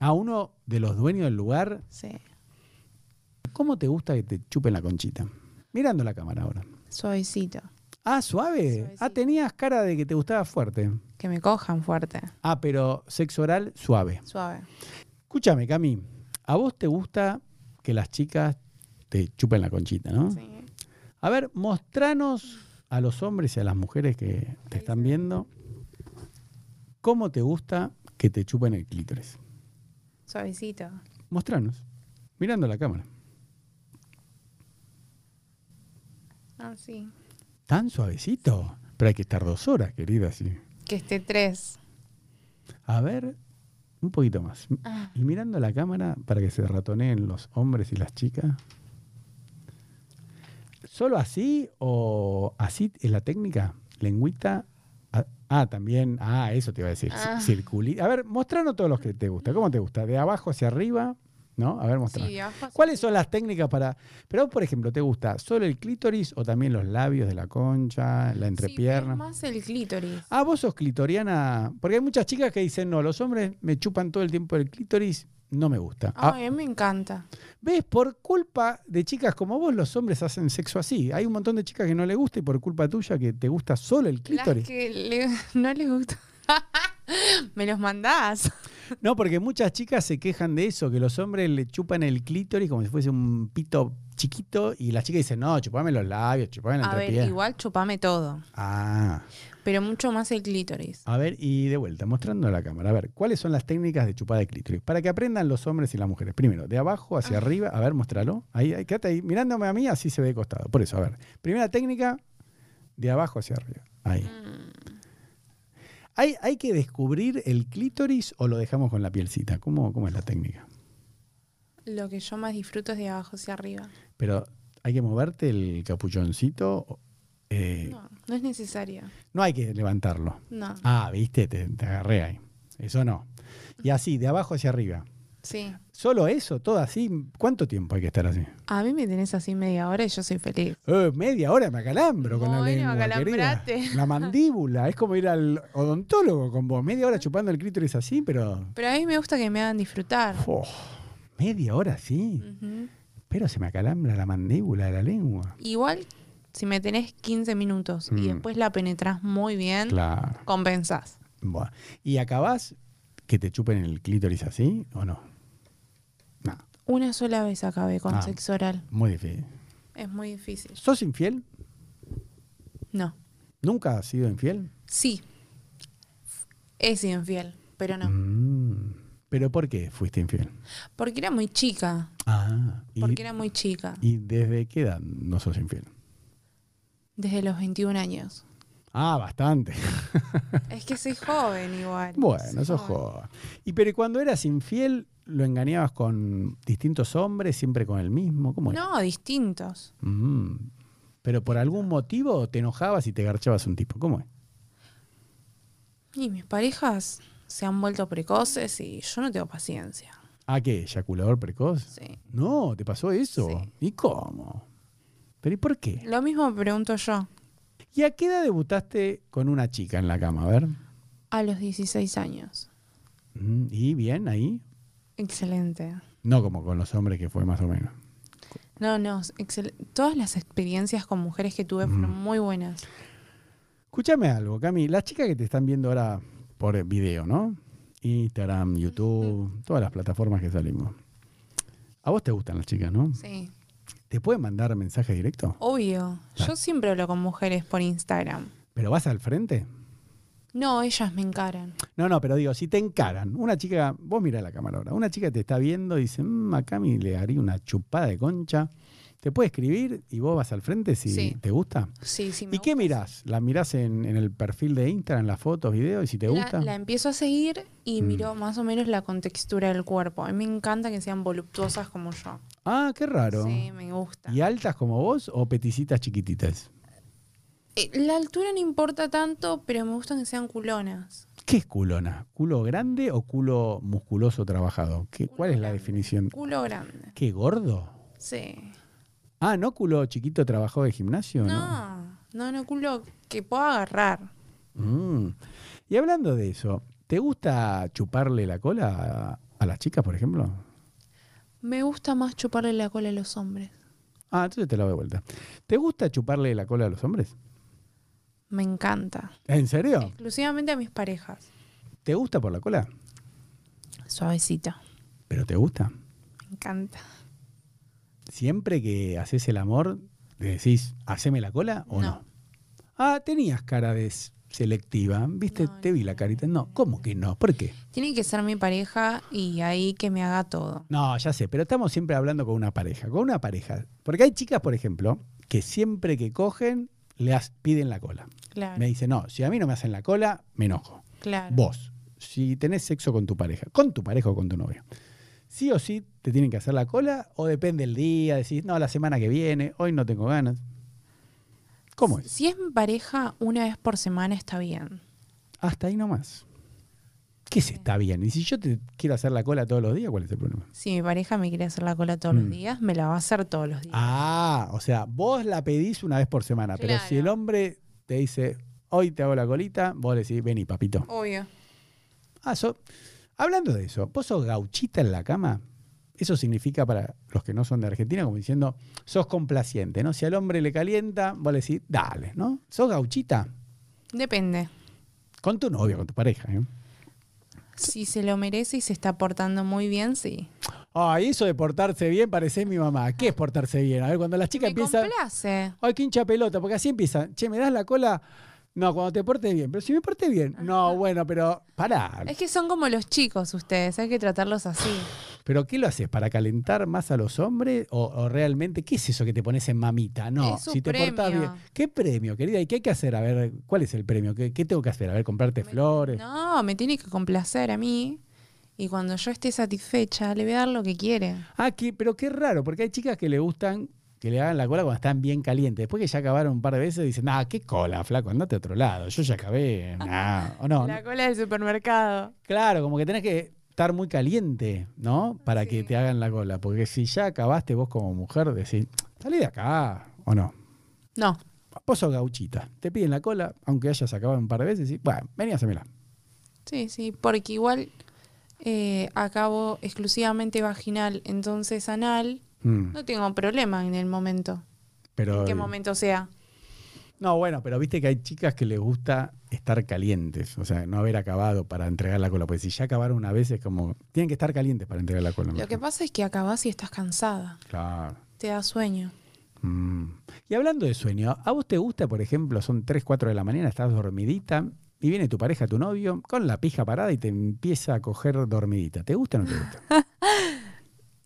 A uno de los dueños del lugar, Sí. ¿cómo te gusta que te chupen la conchita? Mirando la cámara ahora. Suavecito. Ah, suave. Ah, Suavecito. tenías cara de que te gustaba fuerte. Que me cojan fuerte. Ah, pero sexo oral suave. Suave. Escúchame, Cami. A vos te gusta que las chicas te chupen la conchita, ¿no? Sí. A ver, mostranos a los hombres y a las mujeres que te están viendo cómo te gusta que te chupen el clítoris. Suavecito. Mostranos, mirando la cámara. Ah, sí. Tan suavecito, pero hay que estar dos horas, querida, sí. Que esté tres. A ver, un poquito más. Ah. Y mirando la cámara para que se ratoneen los hombres y las chicas. ¿Solo así o así es la técnica? Lengüita. Ah, Ah, también. Ah, eso te iba a decir. ci- Ah. circuli- A ver, mostranos todos los que te gusta. ¿Cómo te gusta? ¿De abajo hacia arriba? ¿No? A ver, mostranos. Sí, abajo. ¿Cuáles son las técnicas para.? Pero, vos, por ejemplo, ¿te gusta solo el clítoris o también los labios de la concha, la Sí, pero entrepierna? es más el clítoris. Ah, vos sos clitoriana. Porque hay muchas chicas que dicen, no, los hombres me chupan todo el tiempo el clítoris, no me gusta. Ah, Ay, a mí me encanta. ¿Ves? Por culpa de chicas como vos, los hombres hacen sexo así. Hay un montón de chicas que no le gusta y por culpa tuya que te gusta solo el Las clítoris. que le- no les gusta. me los mandás. No, porque muchas chicas se quejan de eso, que los hombres le chupan el clítoris como si fuese un pito chiquito y las chicas dicen, no, chupame los labios, chupame la A ver, entrepierna. igual chupame todo. Ah. Pero mucho más el clítoris. A ver, y de vuelta, mostrando a la cámara, a ver, ¿cuáles son las técnicas de chupada de clítoris? Para que aprendan los hombres y las mujeres. Primero, de abajo hacia arriba, a ver, muéstralo. Ahí, ahí, quédate ahí, mirándome a mí, así se ve de costado. Por eso, a ver, primera técnica, de abajo hacia arriba. Ahí. ¿Hay, hay que descubrir el clítoris o lo dejamos con la pielcita? ¿Cómo, cómo es la técnica? Lo que yo más disfruto es de abajo hacia arriba. Pero, ¿hay que moverte el capuchoncito? Eh, no. No, no es necesario. hay que levantarlo. No. Ah, viste, te, te agarré ahí. Eso no. Y así, de abajo hacia arriba. Sí. Solo eso, todo así. ¿Cuánto tiempo hay que estar así? A mí me tenés así media hora y yo soy feliz. Eh, media hora me acalambro con la Bueno, lengua, querida. acalambrate. La mandíbula. Es como ir al odontólogo con vos. Media hora chupando el clítoris así, pero... Pero a mí me gusta que me hagan disfrutar. oh, media hora así. Ujú. Pero se me acalambra la mandíbula de la lengua. Igual, si me tenés 15 minutos Mm. y después la penetrás muy bien, Claro. compensás. Buah. ¿Y acabás que te chupen el clítoris así o no? No, Una sola vez acabé con Ah. sexo oral. muy difícil. Es muy difícil. ¿Sos infiel? No. ¿Nunca has sido infiel? Sí. He sido infiel, pero no. Mm. ¿Pero por qué fuiste infiel? Porque era muy chica. Ah, y- Porque era muy chica. ¿Y desde qué edad no sos infiel? Desde los 21 años. Ah, bastante. Es que soy joven igual. bueno, Soy sos joven. Y pero cuando eras infiel, ¿lo engañabas con distintos hombres, siempre con el mismo? ¿Cómo era? No, distintos. Mm. Pero por algún motivo te enojabas y te garchabas un tipo. ¿Cómo es? Y mis parejas se han vuelto precoces y yo no tengo paciencia. ¿Ah, qué? ¿Eyaculador precoz? Sí. No, ¿te pasó eso? Sí. ¿Y cómo? ¿Pero y por qué? Lo mismo me pregunto yo. ¿Y a qué edad debutaste con una chica en la cama? A ver. A los 16 años. Mm, ¿Y bien ahí? Excelente. No como con los hombres que fue más o menos. No, no, excel- todas las experiencias con mujeres que tuve Mm. fueron muy buenas. Escúchame algo, Cami. Las chicas que te están viendo ahora por video, ¿no? Instagram, YouTube, todas las plataformas que salimos. A vos te gustan las chicas, ¿no? Sí. ¿Te pueden mandar mensaje directo? Obvio. Ah. Yo siempre hablo con mujeres por Instagram. ¿Pero vas al frente? No, ellas me encaran. No, no, pero digo, si te encaran, una chica, vos mira la cámara ahora, una chica te está viendo y dice, "Mm, a Cami le haría una chupada de concha, te puede escribir y vos vas al frente si Sí. te gusta. Sí, sí. me ¿Y qué mirás? ¿La mirás en, en el perfil de Instagram, las fotos, videos y si te La- gusta? La, empiezo a seguir y Mm. miro más o menos la contextura del cuerpo. A mí me encanta que sean voluptuosas como yo. Ah, qué raro. Sí, me gusta. ¿Y altas como vos o peticitas chiquititas? Eh, La altura no importa tanto, pero me gustan que sean culonas. ¿Qué es culona? ¿Culo grande o culo musculoso trabajado? ¿Qué, ¿Cuál es la grande. definición? Culo grande. ¿Qué gordo? Sí. Ah, ¿no culo chiquito trabajado de gimnasio? No. No, no, no, culo que pueda agarrar. Mm. Y hablando de eso, ¿te gusta chuparle la cola a, a las chicas, por ejemplo? Me gusta más chuparle la cola a los hombres. Ah, entonces te la doy vuelta. ¿Te gusta chuparle la cola a los hombres? Me encanta. ¿En serio? Exclusivamente a mis parejas. ¿Te gusta por la cola? Suavecita. ¿Pero te gusta? Me encanta. ¿Siempre que haces el amor, le decís, haceme la cola o no? No. Ah, tenías cara de s- selectiva, ¿viste? No, Te vi la carita. No, ¿cómo que no? ¿Por qué? Tiene que ser mi pareja y ahí que me haga todo. No, ya sé, pero estamos siempre hablando con una pareja, con una pareja. Porque hay chicas, por ejemplo, que siempre que cogen, le as- piden la cola. Claro. Me dicen, no, si a mí no me hacen la cola, me enojo. claro. Vos, si tenés sexo con tu pareja, con tu pareja o con tu novio, sí o sí te tienen que hacer la cola o depende el día, decís, no, la semana que viene, hoy no tengo ganas. ¿Cómo es? Si es mi pareja, una vez por semana está bien. Hasta ahí nomás. ¿Qué se está bien? Y si yo te quiero hacer la cola todos los días, ¿cuál es el problema? Si mi pareja me quiere hacer la cola todos los Mm. días, me la va a hacer todos los días. Ah, o sea, vos la pedís una vez por semana, pero si el Claro. hombre te dice, hoy te hago la colita, vos le decís, vení, papito. Obvio. Ah, so- hablando de eso, ¿vos sos gauchita en la cama? Eso significa para los que no son de Argentina, como diciendo, sos complaciente, ¿no? Si al hombre le calienta, vos le decís, dale, ¿no? ¿Sos gauchita? Depende. Con tu novio, con tu pareja, ¿eh? Si se lo merece y se está portando muy bien, sí. Ay, eso de portarse bien parece mi mamá. ¿Qué es portarse bien? A ver, cuando las chicas Me empiezan... complace. Ay, qué hincha pelota, porque así empiezan. Che, ¿me das la cola? No, cuando te portes bien. Pero si me porté bien. No, bueno, pero pará. Es que son como los chicos ustedes, hay que tratarlos así. ¿Pero qué lo haces? ¿Para calentar más a los hombres? ¿O, o realmente qué es eso que te pones en mamita? No, Es un si te portás premio. bien. ¿Qué premio, querida? ¿Y qué hay que hacer? A ver, ¿cuál es el premio? ¿Qué, qué tengo que hacer? A ver, comprarte flores. No, me tiene que complacer a mí. Y cuando yo esté satisfecha, le voy a dar lo que quiere. Ah, qué- pero qué raro, porque hay chicas que le gustan que le hagan la cola cuando están bien calientes. Después que ya acabaron un par de veces, dicen, ah, qué cola, flaco, andate a otro lado. Yo ya acabé. Nah. O no. La cola del supermercado. Claro, como que tenés que estar muy caliente, ¿no? Para que Sí. te hagan la cola. Porque si ya acabaste vos como mujer, decís, salí de acá, o no. No, Vos sos gauchita. Te piden la cola, aunque hayas acabado un par de veces, y bueno, vení a hacérmela. sí, sí, porque igual eh, acabo exclusivamente vaginal, entonces anal, Mm, no tengo problema en el momento. Pero, ¿En qué momento sea? No, bueno, pero viste que hay chicas que les gusta estar calientes, o sea, no haber acabado para entregar la cola. Porque si ya acabaron una vez, es como, tienen que estar calientes para entregar la cola. Lo que pasa es que acabas y estás cansada, Claro. te da sueño. Mm. Y hablando de sueño, ¿a vos te gusta, por ejemplo, son 3, 4 de la mañana, estás dormidita y viene tu pareja, tu novio, con la pija parada y te empieza a coger dormidita? ¿Te gusta o no te gusta?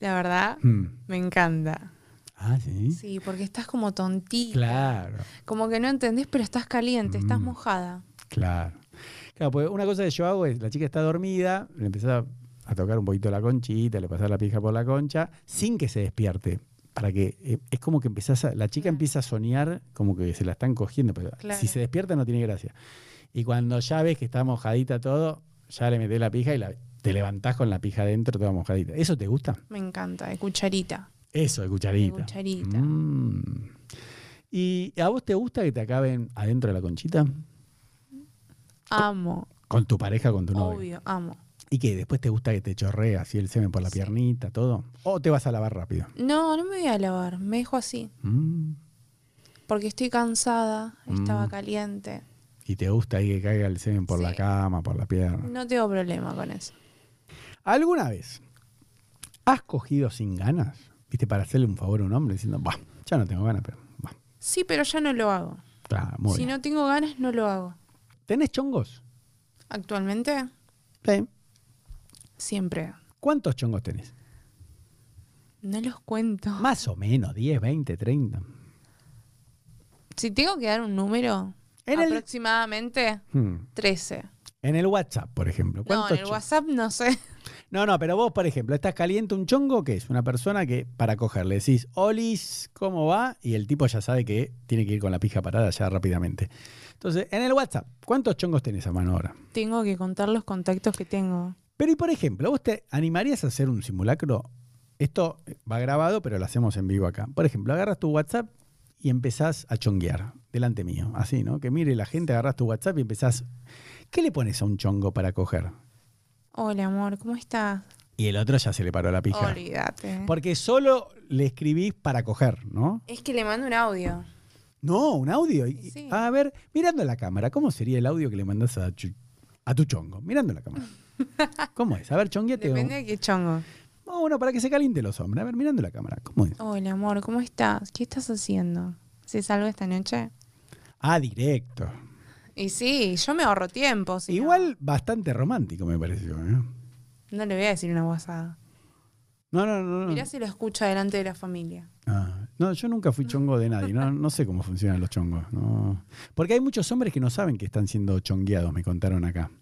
La verdad, Mm. me encanta. Ah, sí. Sí, porque estás como tontita. Claro, Como que no entendés, pero estás caliente, estás Mm. mojada. claro. Claro, porque una cosa que yo hago es, la chica está dormida, le empezás a tocar un poquito la conchita, le pasás la pija por la concha, sin que se despierte. Para que, eh, es como que empezás a- la chica Claro. empieza a soñar como que se la están cogiendo, pero Claro. si se despierta no tiene gracia. Y cuando ya ves que está mojadita todo, ya le metés la pija y la- te levantás con la pija adentro toda mojadita. ¿Eso te gusta? Me encanta, de cucharita. Eso, de cucharita. De cucharita. Mm. ¿Y a vos te gusta que te acaben adentro de la conchita? Amo, Con tu pareja, con tu novio. obvio, amo. ¿Y que después te gusta que te chorree así el semen por la Sí. piernita, todo? ¿O te vas a lavar rápido? No, no me voy a lavar, me dejo así. Mm. Porque estoy cansada, estaba Mm. caliente. ¿Y te gusta ahí que caiga el semen por la Sí. cama, por la pierna? No tengo problema con eso. ¿Alguna vez has cogido sin ganas? viste, para hacerle un favor a un hombre diciendo, bah, ya no tengo ganas, pero bah, Sí, pero ya no lo hago. está muy si bien". no tengo ganas, no lo hago. ¿Tenés chongos? Actualmente, Sí. siempre. ¿Cuántos chongos tenés? No los cuento. Más o menos, 10, 20, 30. Si tengo que dar un número, En el- aproximadamente Hmm. 13. En el WhatsApp, por ejemplo. No, ¿cuántos en el chongos? WhatsApp no sé. No, no, pero vos, por ejemplo, estás caliente un chongo que es una persona que para cogerle decís, Olis, ¿cómo va? Y el tipo ya sabe que tiene que ir con la pija parada ya rápidamente. Entonces, en el WhatsApp, ¿cuántos chongos tenés a mano ahora? Tengo que contar los contactos que tengo. Pero y por ejemplo, ¿vos te animarías a hacer un simulacro? Esto va grabado, pero lo hacemos en vivo acá. Por ejemplo, agarras tu WhatsApp y empezás a chonguear delante mío. Así, ¿no? Que mire la gente, agarras tu WhatsApp y empezás. ¿Qué le pones a un chongo para coger? Hola, amor, ¿cómo estás? Y el otro ya se le paró la pija. Olvídate. Porque solo le escribís para coger, ¿no? Es que le mando un audio. No, un audio. Y- Sí. A ver, mirando la cámara, ¿cómo sería el audio que le mandás a, chu- a tu chongo? Mirando la cámara. ¿Cómo es? A ver, chongueate. Depende de qué chongo. Oh, bueno, para que se caliente los hombres. A ver, mirando la cámara. ¿Cómo es? Hola, amor, ¿cómo estás? ¿Qué estás haciendo? ¿Se salgo esta noche? Ah, directo. Y sí, yo me ahorro tiempo. si no- Igual bastante romántico me pareció. ¿eh? No, le voy a decir una guasada. No, no, no. No. Mirá si lo escucha delante de la familia. Ah, no, yo nunca fui chongo de nadie. No, no sé cómo funcionan los chongos. no. Porque hay muchos hombres que no saben que están siendo chongueados, me contaron acá.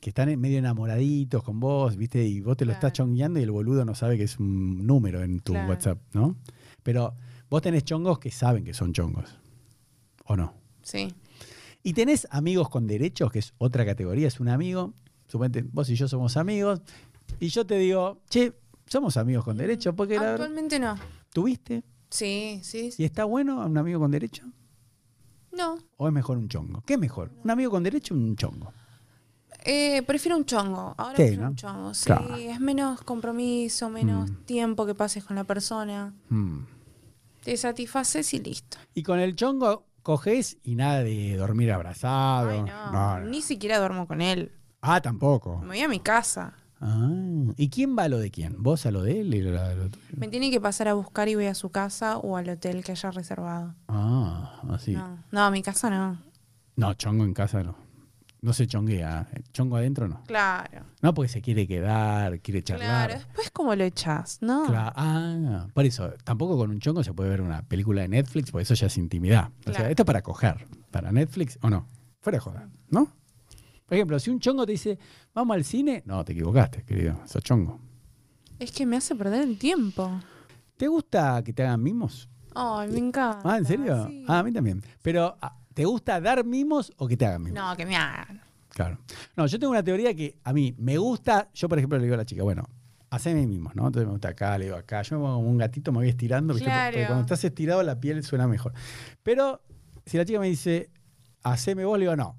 Que están en- medio enamoraditos con vos, ¿viste? Y vos te lo estás Claro. chongueando y el boludo no sabe que es un número en tu Claro. WhatsApp, ¿no? Pero vos tenés chongos que saben que son chongos. ¿O no? Sí. Y tenés amigos con derechos, que es otra categoría, es un amigo. Suponete, vos y yo somos amigos. Y yo te digo, che, somos amigos Mm. con derechos, porque la verdad, Actualmente no. tuviste. Sí, sí, sí. ¿Y está bueno un amigo con derecho? No. ¿O es mejor un chongo? ¿Qué es mejor? ¿Un amigo con derecho o un chongo? Eh, prefiero un chongo. Ahora Sí, prefiero ¿no? un chongo. Sí, Claro. es menos compromiso, menos Mm. tiempo que pases con la persona. Hmm. Te satisfaces y listo. Y con el chongo coges y nada de dormir abrazado. Ay, no. Ni siquiera duermo con él. Ah, tampoco. Me voy a mi casa. Ah, ¿Y quién va a lo de quién? ¿Vos a lo de él? y él a lo tuyo? Me tiene que pasar a buscar y voy a su casa o al hotel que haya reservado. Ah, así. No. No, no, a mi casa no. chongo en casa no. No se chonguea. Chongo adentro no. Claro. No, porque se quiere quedar, quiere Claro. charlar. Después, ¿cómo lo echas? No. Cla- Ah, por eso, tampoco con un chongo se puede ver una película de Netflix, porque eso ya es intimidad. O sea, Claro. esto es para coger, para Netflix o no. Fuera de joda, ¿no? Por ejemplo, si un chongo te dice, vamos al cine, no, te equivocaste, querido, sos chongo. Es que me hace perder el tiempo. ¿Te gusta que te hagan mimos? Ay, me encanta. Ah, ¿en serio? Sí. Ah, a mí también. Pero, ah, ¿te gusta dar mimos o que te hagan mimos? No, que me hagan. Claro. No, yo tengo una teoría que a mí me gusta. Yo, por ejemplo, le digo a la chica, bueno, haceme mismos, ¿no? Entonces me gusta acá, le digo acá. Yo me pongo como un gatito, me voy estirando, ¿viste? Claro. Porque cuando estás estirado la piel suena mejor. Pero si la chica me dice, haceme vos, le digo, no.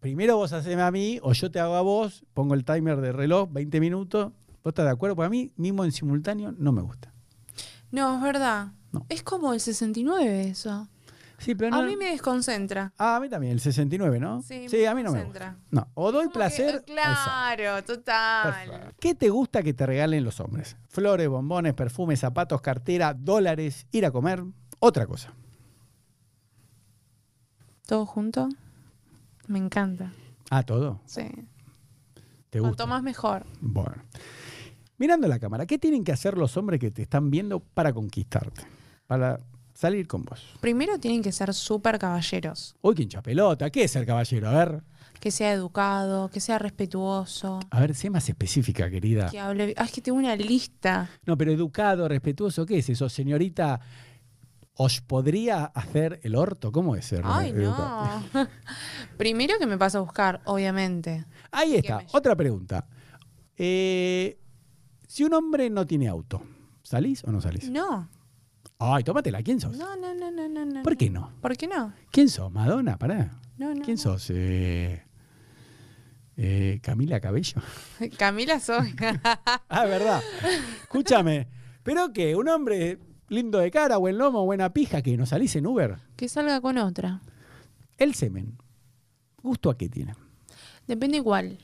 Primero vos haceme a mí o yo te hago a vos, pongo el timer de reloj, 20 minutos. ¿Vos estás de acuerdo? Para mí, mimo en simultáneo no me gusta. No, es verdad. No. Es como el 69 eso. Sí, pero A mí me desconcentra. Ah, a mí también, el 69, ¿no? Sí, a mí no me concentra. gusta. No, o doy Como que- eh, placer. exacto. claro, total. Perfecto. ¿Qué te gusta que te regalen los hombres? Flores, bombones, perfumes, zapatos, cartera, dólares, ir a comer, otra cosa. ¿Todo junto? Me encanta. Ah, todo. Sí. Te gusta. Cuanto más mejor. Bueno. Mirando la cámara, ¿qué tienen que hacer los hombres que te están viendo para conquistarte? Para salir con vos. Primero tienen que ser súper caballeros. Uy, qué hincha pelota. ¿Qué es ser caballero? A ver. Que sea educado, que sea respetuoso, A ver, sé más específica, querida. que hable. Ah, es que tengo una lista. No, pero educado, respetuoso, ¿qué es eso? Señorita, ¿os podría hacer el orto? ¿Cómo es ser Ay, educado? no. Primero que me pasa a buscar, obviamente. Ahí está, me llama. otra pregunta. Eh, si un hombre no tiene auto, ¿salís o no salís? No, Ay, tómatela, ¿quién sos? no, no, no, no, no. no ¿Por qué no? ¿Por qué no? ¿Quién sos? Madonna, pará. No, no. ¿Quién no. sos? Eh, eh, Camila Cabello. Camila soy. ah, es verdad. Escúchame, pero que un hombre lindo de cara, buen lomo, buena pija, que no salís en Uber, que salga con otra. el semen, ¿gusto a qué tiene? Depende igual.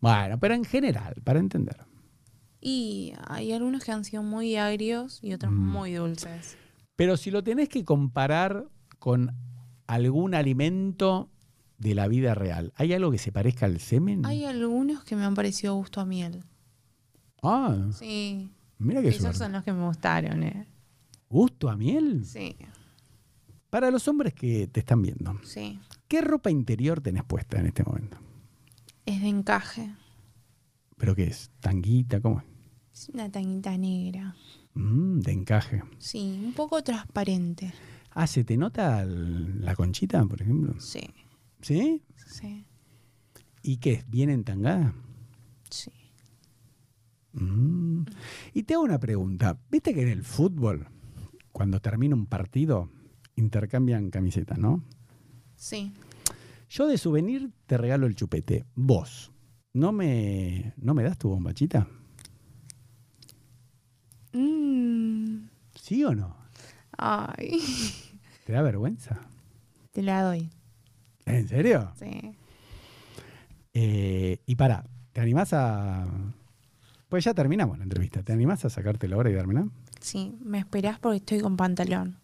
Bueno, pero en general, para entender. Y hay algunos que han sido muy agrios y otros Mm. muy dulces. Pero si lo tenés que comparar con algún alimento de la vida real, ¿hay algo que se parezca al semen? Hay algunos que me han parecido gusto a miel. Ah, Sí. mira qué Esos suerte. son los que me gustaron, ¿eh? ¿Gusto a miel? Sí, Para los hombres que te están viendo, sí. ¿qué ropa interior tenés puesta en este momento? Es de encaje. ¿Pero qué es? ¿Tanguita? ¿Cómo es? Es una tanguita negra. Mm, de encaje. Sí, un poco transparente. Ah, ¿se te nota el- la conchita, por ejemplo? Sí, ¿Sí? sí, ¿Y qué es? ¿Bien entangada? sí. Mm. Y te hago una pregunta. ¿Viste que en el fútbol, cuando termina un partido, intercambian camisetas, no? Sí. Yo de souvenir te regalo el chupete. Vos, ¿no me, no me das tu bombachita? Mm, ¿Sí o no? Ay. ¿Te da vergüenza? Te la doy. ¿En serio? Sí. Eh, y pará, ¿te animás a...? Pues ya terminamos la entrevista. ¿Te animás a sacarte la hora y dármela? Sí, me esperás porque estoy con pantalón.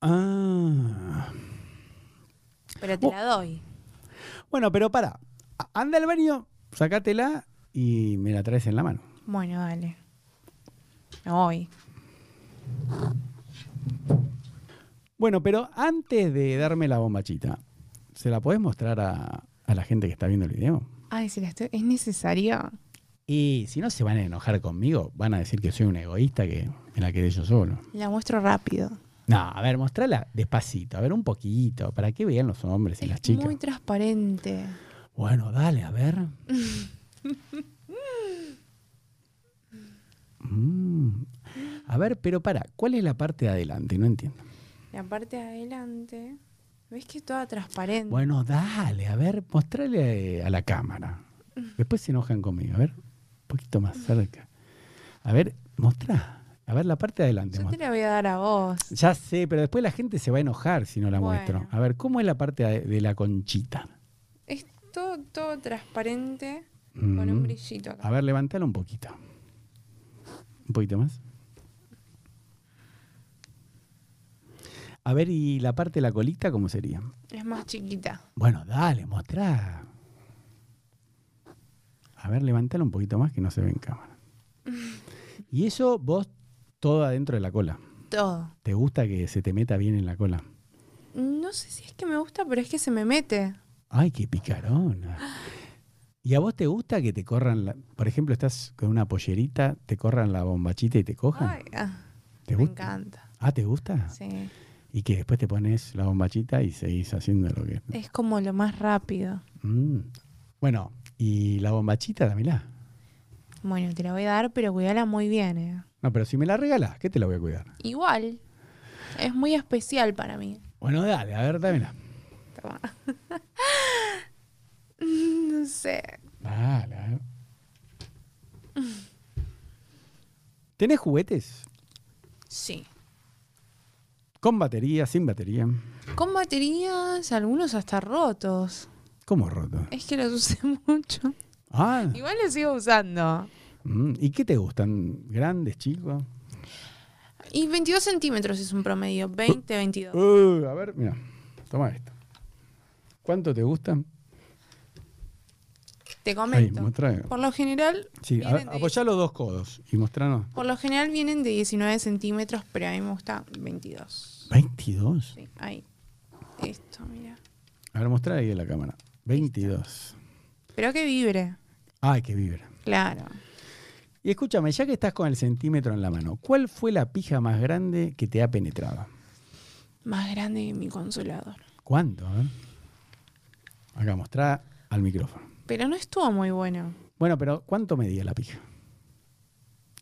Ah... Pero te Oh. la doy. Bueno, pero para. Anda al baño, sacátela y me la traes en la mano. Bueno, dale. Me voy. Bueno, pero antes de darme la bombachita, ¿se la podés mostrar a, a la gente que está viendo el video? Ay, si la estoy. ¿Es necesario? Y si no se van a enojar conmigo, van a decir que soy un egoísta que me la quedé yo solo. La muestro rápido. No, a ver, mostrala despacito, a ver un poquito, para que vean los hombres y las es chicas. muy transparente. Bueno, dale, a ver. Mm. A ver, pero para, ¿cuál es la parte de adelante? No entiendo. La parte de adelante. ¿Ves que es toda transparente? Bueno, dale, a ver, mostrale a la cámara. Mm. Después se enojan conmigo. A ver, un poquito más cerca. A ver, mostrá. A ver la parte de adelante. Yo te mostra. la voy a dar a vos. Ya sé, pero después la gente se va a enojar si no la Bueno. muestro. A ver, ¿cómo es la parte de, de la conchita? Es todo, todo transparente con Mm. un brillito A acá. ver, levantala un poquito. Un poquito más. A ver, ¿y la parte de la colita cómo sería? Es más chiquita. Bueno, dale, mostrá. A ver, levantala un poquito más que no se ve en cámara. Y eso vos todo adentro de la cola. Todo. ¿Te gusta que se te meta bien en la cola? No sé si es que me gusta, pero es que se me mete. Ay, qué picarona. ¿Y a vos te gusta que te corran, la- por ejemplo, estás con una pollerita, te corran la bombachita y te cojan? Ay, ah, ¿Te me gusta? encanta. Ah, ¿te gusta? Sí. Y que después te pones la bombachita y seguís haciendo lo que... Es como lo más rápido. Mm. Bueno, y la bombachita, dámela. Bueno, te la voy a dar, pero cuidala muy bien. eh. No, pero si me la regalás, ¿qué te la voy a cuidar? Igual. Es muy especial para mí. Bueno, dale, a ver, dámela. Toma. no sé. Dale, a ver. ¿Tenés juguetes? Sí. ¿Con batería, sin batería? Con baterías, algunos hasta rotos. ¿Cómo roto? Es que los usé mucho. Ah, Igual los sigo usando. mm, ¿y qué te gustan? ¿Grandes, chicos? Y 22 centímetros es un promedio. 20, 22. Uh, a ver, mira, toma esto. ¿Cuánto te gustan? Te Ahí, comento. mostrá. Por lo general, Sí, a ver, vienen de- apoyá los dos codos y mostranos. por lo general vienen de 19 centímetros, pero a mí me gusta 22. ¿22? Sí, ahí. Esto, mira. A ver, mostrá ahí en la cámara. 22. Pero que vibre. Ay, qué vibra. Claro. Y escúchame, ya que estás con el centímetro en la mano, ¿cuál fue la pija más grande que te ha penetrado? Más grande que mi consolador. ¿Cuánto? A ver. Acá mostrá al micrófono. Pero no estuvo muy bueno. Bueno, pero ¿cuánto medía la pija?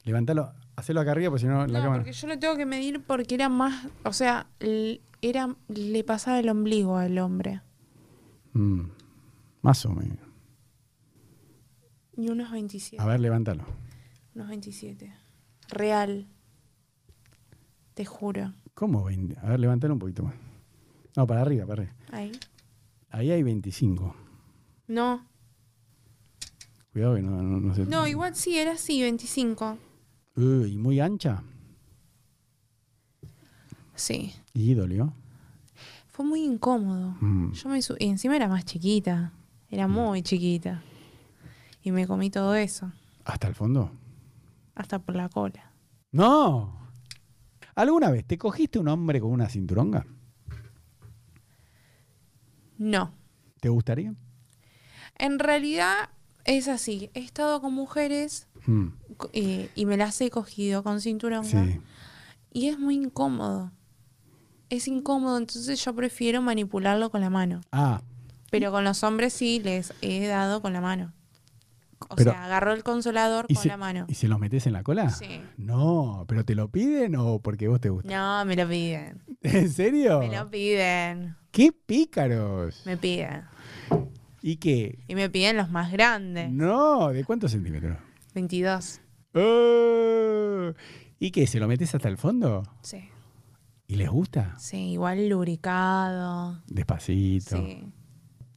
Levantalo, hacelo acá arriba, porque si no la No, cámara. porque yo lo tengo que medir porque era más. O sea, l- era, le pasaba el ombligo al hombre. Mm, más o menos. Y unos 27. A ver, levántalo. Unos 27. Real. Te juro. ¿Cómo 20? A ver, levántalo un poquito más. No, para arriba, para arriba. Ahí. Ahí hay 25. No. Cuidado que no, no, no se- No, igual sí, era así, 25. Uy, muy ancha. Sí. Y dolió. Fue muy incómodo. Mm. Yo me su- y encima era más chiquita. Era muy chiquita. Y me comí todo eso. ¿Hasta el fondo? Hasta por la cola. ¡No! ¿Alguna vez te cogiste un hombre con una cinturonga? No. ¿Te gustaría? En realidad es así. He estado con mujeres Mm, co- eh, y me las he cogido con cinturón. Sí. Y es muy incómodo. Es incómodo, entonces yo prefiero manipularlo con la mano. Ah, Pero con los hombres sí les he dado con la mano. O Pero- sea, agarro el consolador ¿y con se, la mano. ¿y se los metes en la cola? Sí. No, ¿pero te lo piden o porque vos te gusta? No, me lo piden. ¿En serio? Me lo piden. ¡Qué pícaros! Me piden. ¿Y qué? Y me piden los más grandes. No, ¿de cuántos centímetros? 22. ¡Oh! ¿Y qué? ¿Se lo metes hasta el fondo? Sí. ¿Y les gusta? Sí, igual lubricado. Despacito. Sí.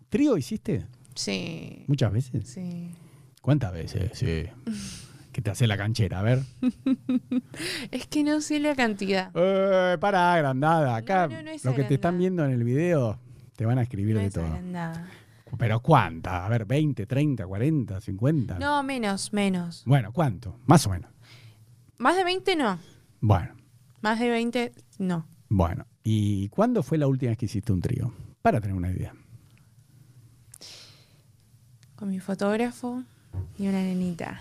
¿Trío hiciste? Sí. ¿Muchas veces? Sí. ¿Cuántas veces? Sí. que te hace la canchera, a ver. Es que no sé la cantidad. Eh, para, agrandada. Acá No, no, no es lo que te están agrandada. viendo en el video te van a escribir No de es todo. agrandada. Pero ¿cuántas? A ver, 20, 30, 40, 50. No, menos, menos. Bueno, ¿cuánto? Más o menos. Más de 20 no. Bueno, Más de 20 no. bueno. ¿Y cuándo fue la última vez que hiciste un trío? Para tener una idea. Con mi fotógrafo y una nenita.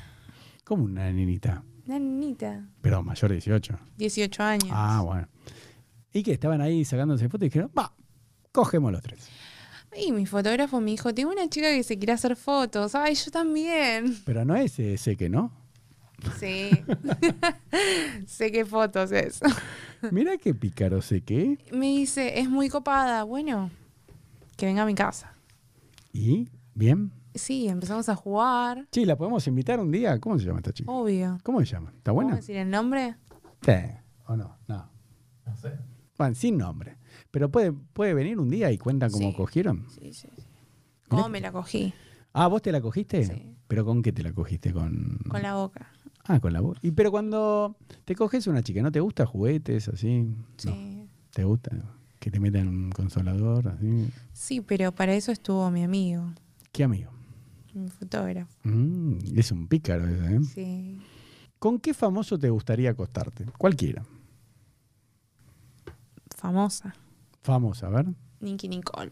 Como una nenita, Una nenita. pero mayor de 18. 18 años. Ah, bueno. Y que estaban ahí sacándose fotos y dijeron, va, cogemos los tres. Y mi fotógrafo me dijo, tengo una chica que se quiere hacer fotos. Ay, yo también. Pero no es ese que no. Sí. sé qué fotos es. Mira qué pícaro sé que. Me dice, es muy copada. Bueno, que venga a mi casa. Y, bien. Sí, empezamos a jugar. Sí, la podemos invitar un día. ¿Cómo se llama esta chica? Obvio. ¿Cómo se llama? ¿Está ¿Puedo buena? decir el nombre? Sí. ¿O no? No. No sé. Bueno, sin nombre. Pero puede, puede venir un día y cuentan cómo Sí. cogieron. Sí, sí. sí. ¿Cómo me la cogí? Ah, ¿vos te la cogiste? Sí. ¿Pero con qué te la cogiste? Con, Con la boca. Ah, con la voz. Y pero cuando te coges una chica, ¿no te gusta juguetes así? Sí. No. ¿Te gusta? Que te metan un consolador así. Sí, pero para eso estuvo mi amigo, ¿Qué amigo? mi fotógrafo. Mm, es un pícaro ese, ¿eh? Sí. ¿Con qué famoso te gustaría acostarte? Cualquiera. Famosa. Famoso, a ver. Nicky Nicole.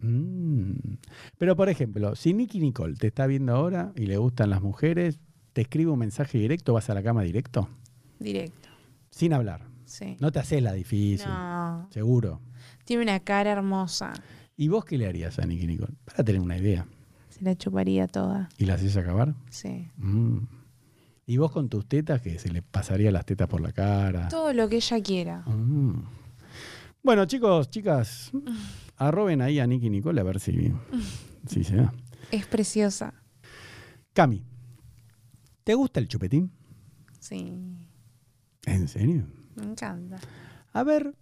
Mm. Pero, por ejemplo, si Nicky Nicole te está viendo ahora y le gustan las mujeres, te escribe un mensaje directo, vas a la cama directo, Directo. sin hablar. Sí. No te haces la difícil, No. seguro. Tiene una cara hermosa. ¿Y vos qué le harías a Nicky Nicole? Para tener una idea. Se la chuparía toda. ¿Y la haces acabar? Sí. Mm. ¿Y vos con tus tetas que se le pasaría las tetas por la cara? Todo lo que ella quiera. Mm. Bueno, chicos, chicas, arroben ahí a Nicky Nicole a ver si, si se da. Es preciosa. Cami, ¿te gusta el chupetín? Sí. ¿En serio? Me encanta. A ver,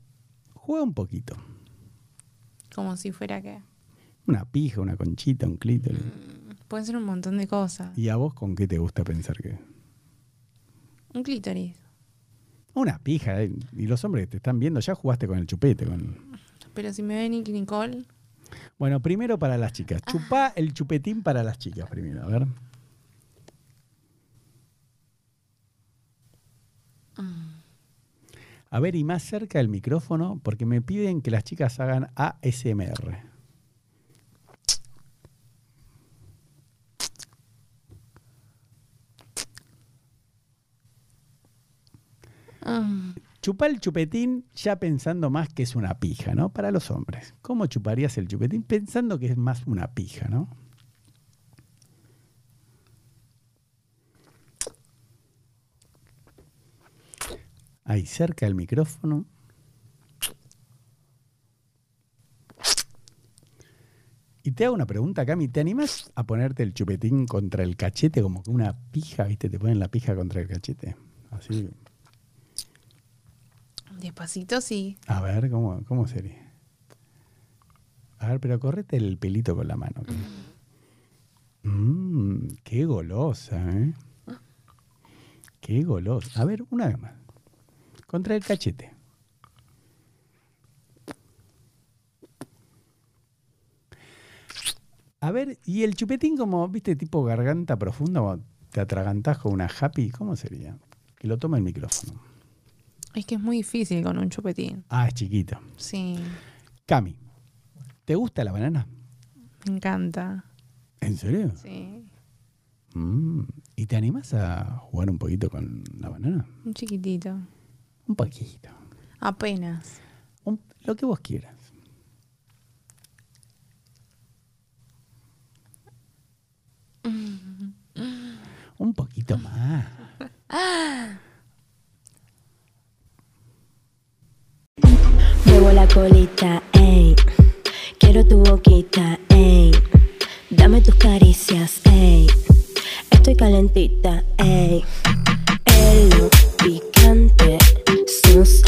juega un poquito. Como si fuera que. Una pija, una conchita, un clítoris. Pueden ser un montón de cosas. ¿Y a vos con qué te gusta pensar que? Un clítoris. Una pija, eh. y los hombres que te están viendo, ya jugaste con el chupete. Con... Pero si me ve Nicky Nicole. Bueno, primero para las chicas. Chupá el chupetín para las chicas primero, a ver. A ver, y más cerca del micrófono, porque me piden que las chicas hagan ASMR. mm, Chupá el chupetín ya pensando más que es una pija, ¿no? Para los hombres. ¿Cómo chuparías el chupetín pensando que es más una pija, ¿no? Ahí cerca del micrófono. Y te hago una pregunta, Cami. ¿Te animás a ponerte el chupetín contra el cachete? Como que una pija, ¿viste? Te ponen la pija contra el cachete. Así. Despacito sí. A ver, ¿cómo, cómo sería? A ver, pero correte el pelito con la mano. que- Mmm, qué golosa, ¿eh? Qué golosa. A ver, una vez más. Contra el cachete. A ver, y el chupetín como, viste, tipo garganta profunda, cuando te atragantás con una happy, ¿cómo sería? Que lo toma el micrófono. Es que es muy difícil con un chupetín. Ah, es chiquito. Sí, Cami, ¿te gusta la banana? me encanta. ¿En serio? Sí, Mm, ¿Y te animas a jugar un poquito con la banana? un chiquitito. Un poquito. Apenas. Un- lo que vos quieras. Un poquito más. Muevo la colita, ey. Quiero tu boquita, ey. Dame tus caricias, ey. Estoy calentita, ey. Elo picante, sus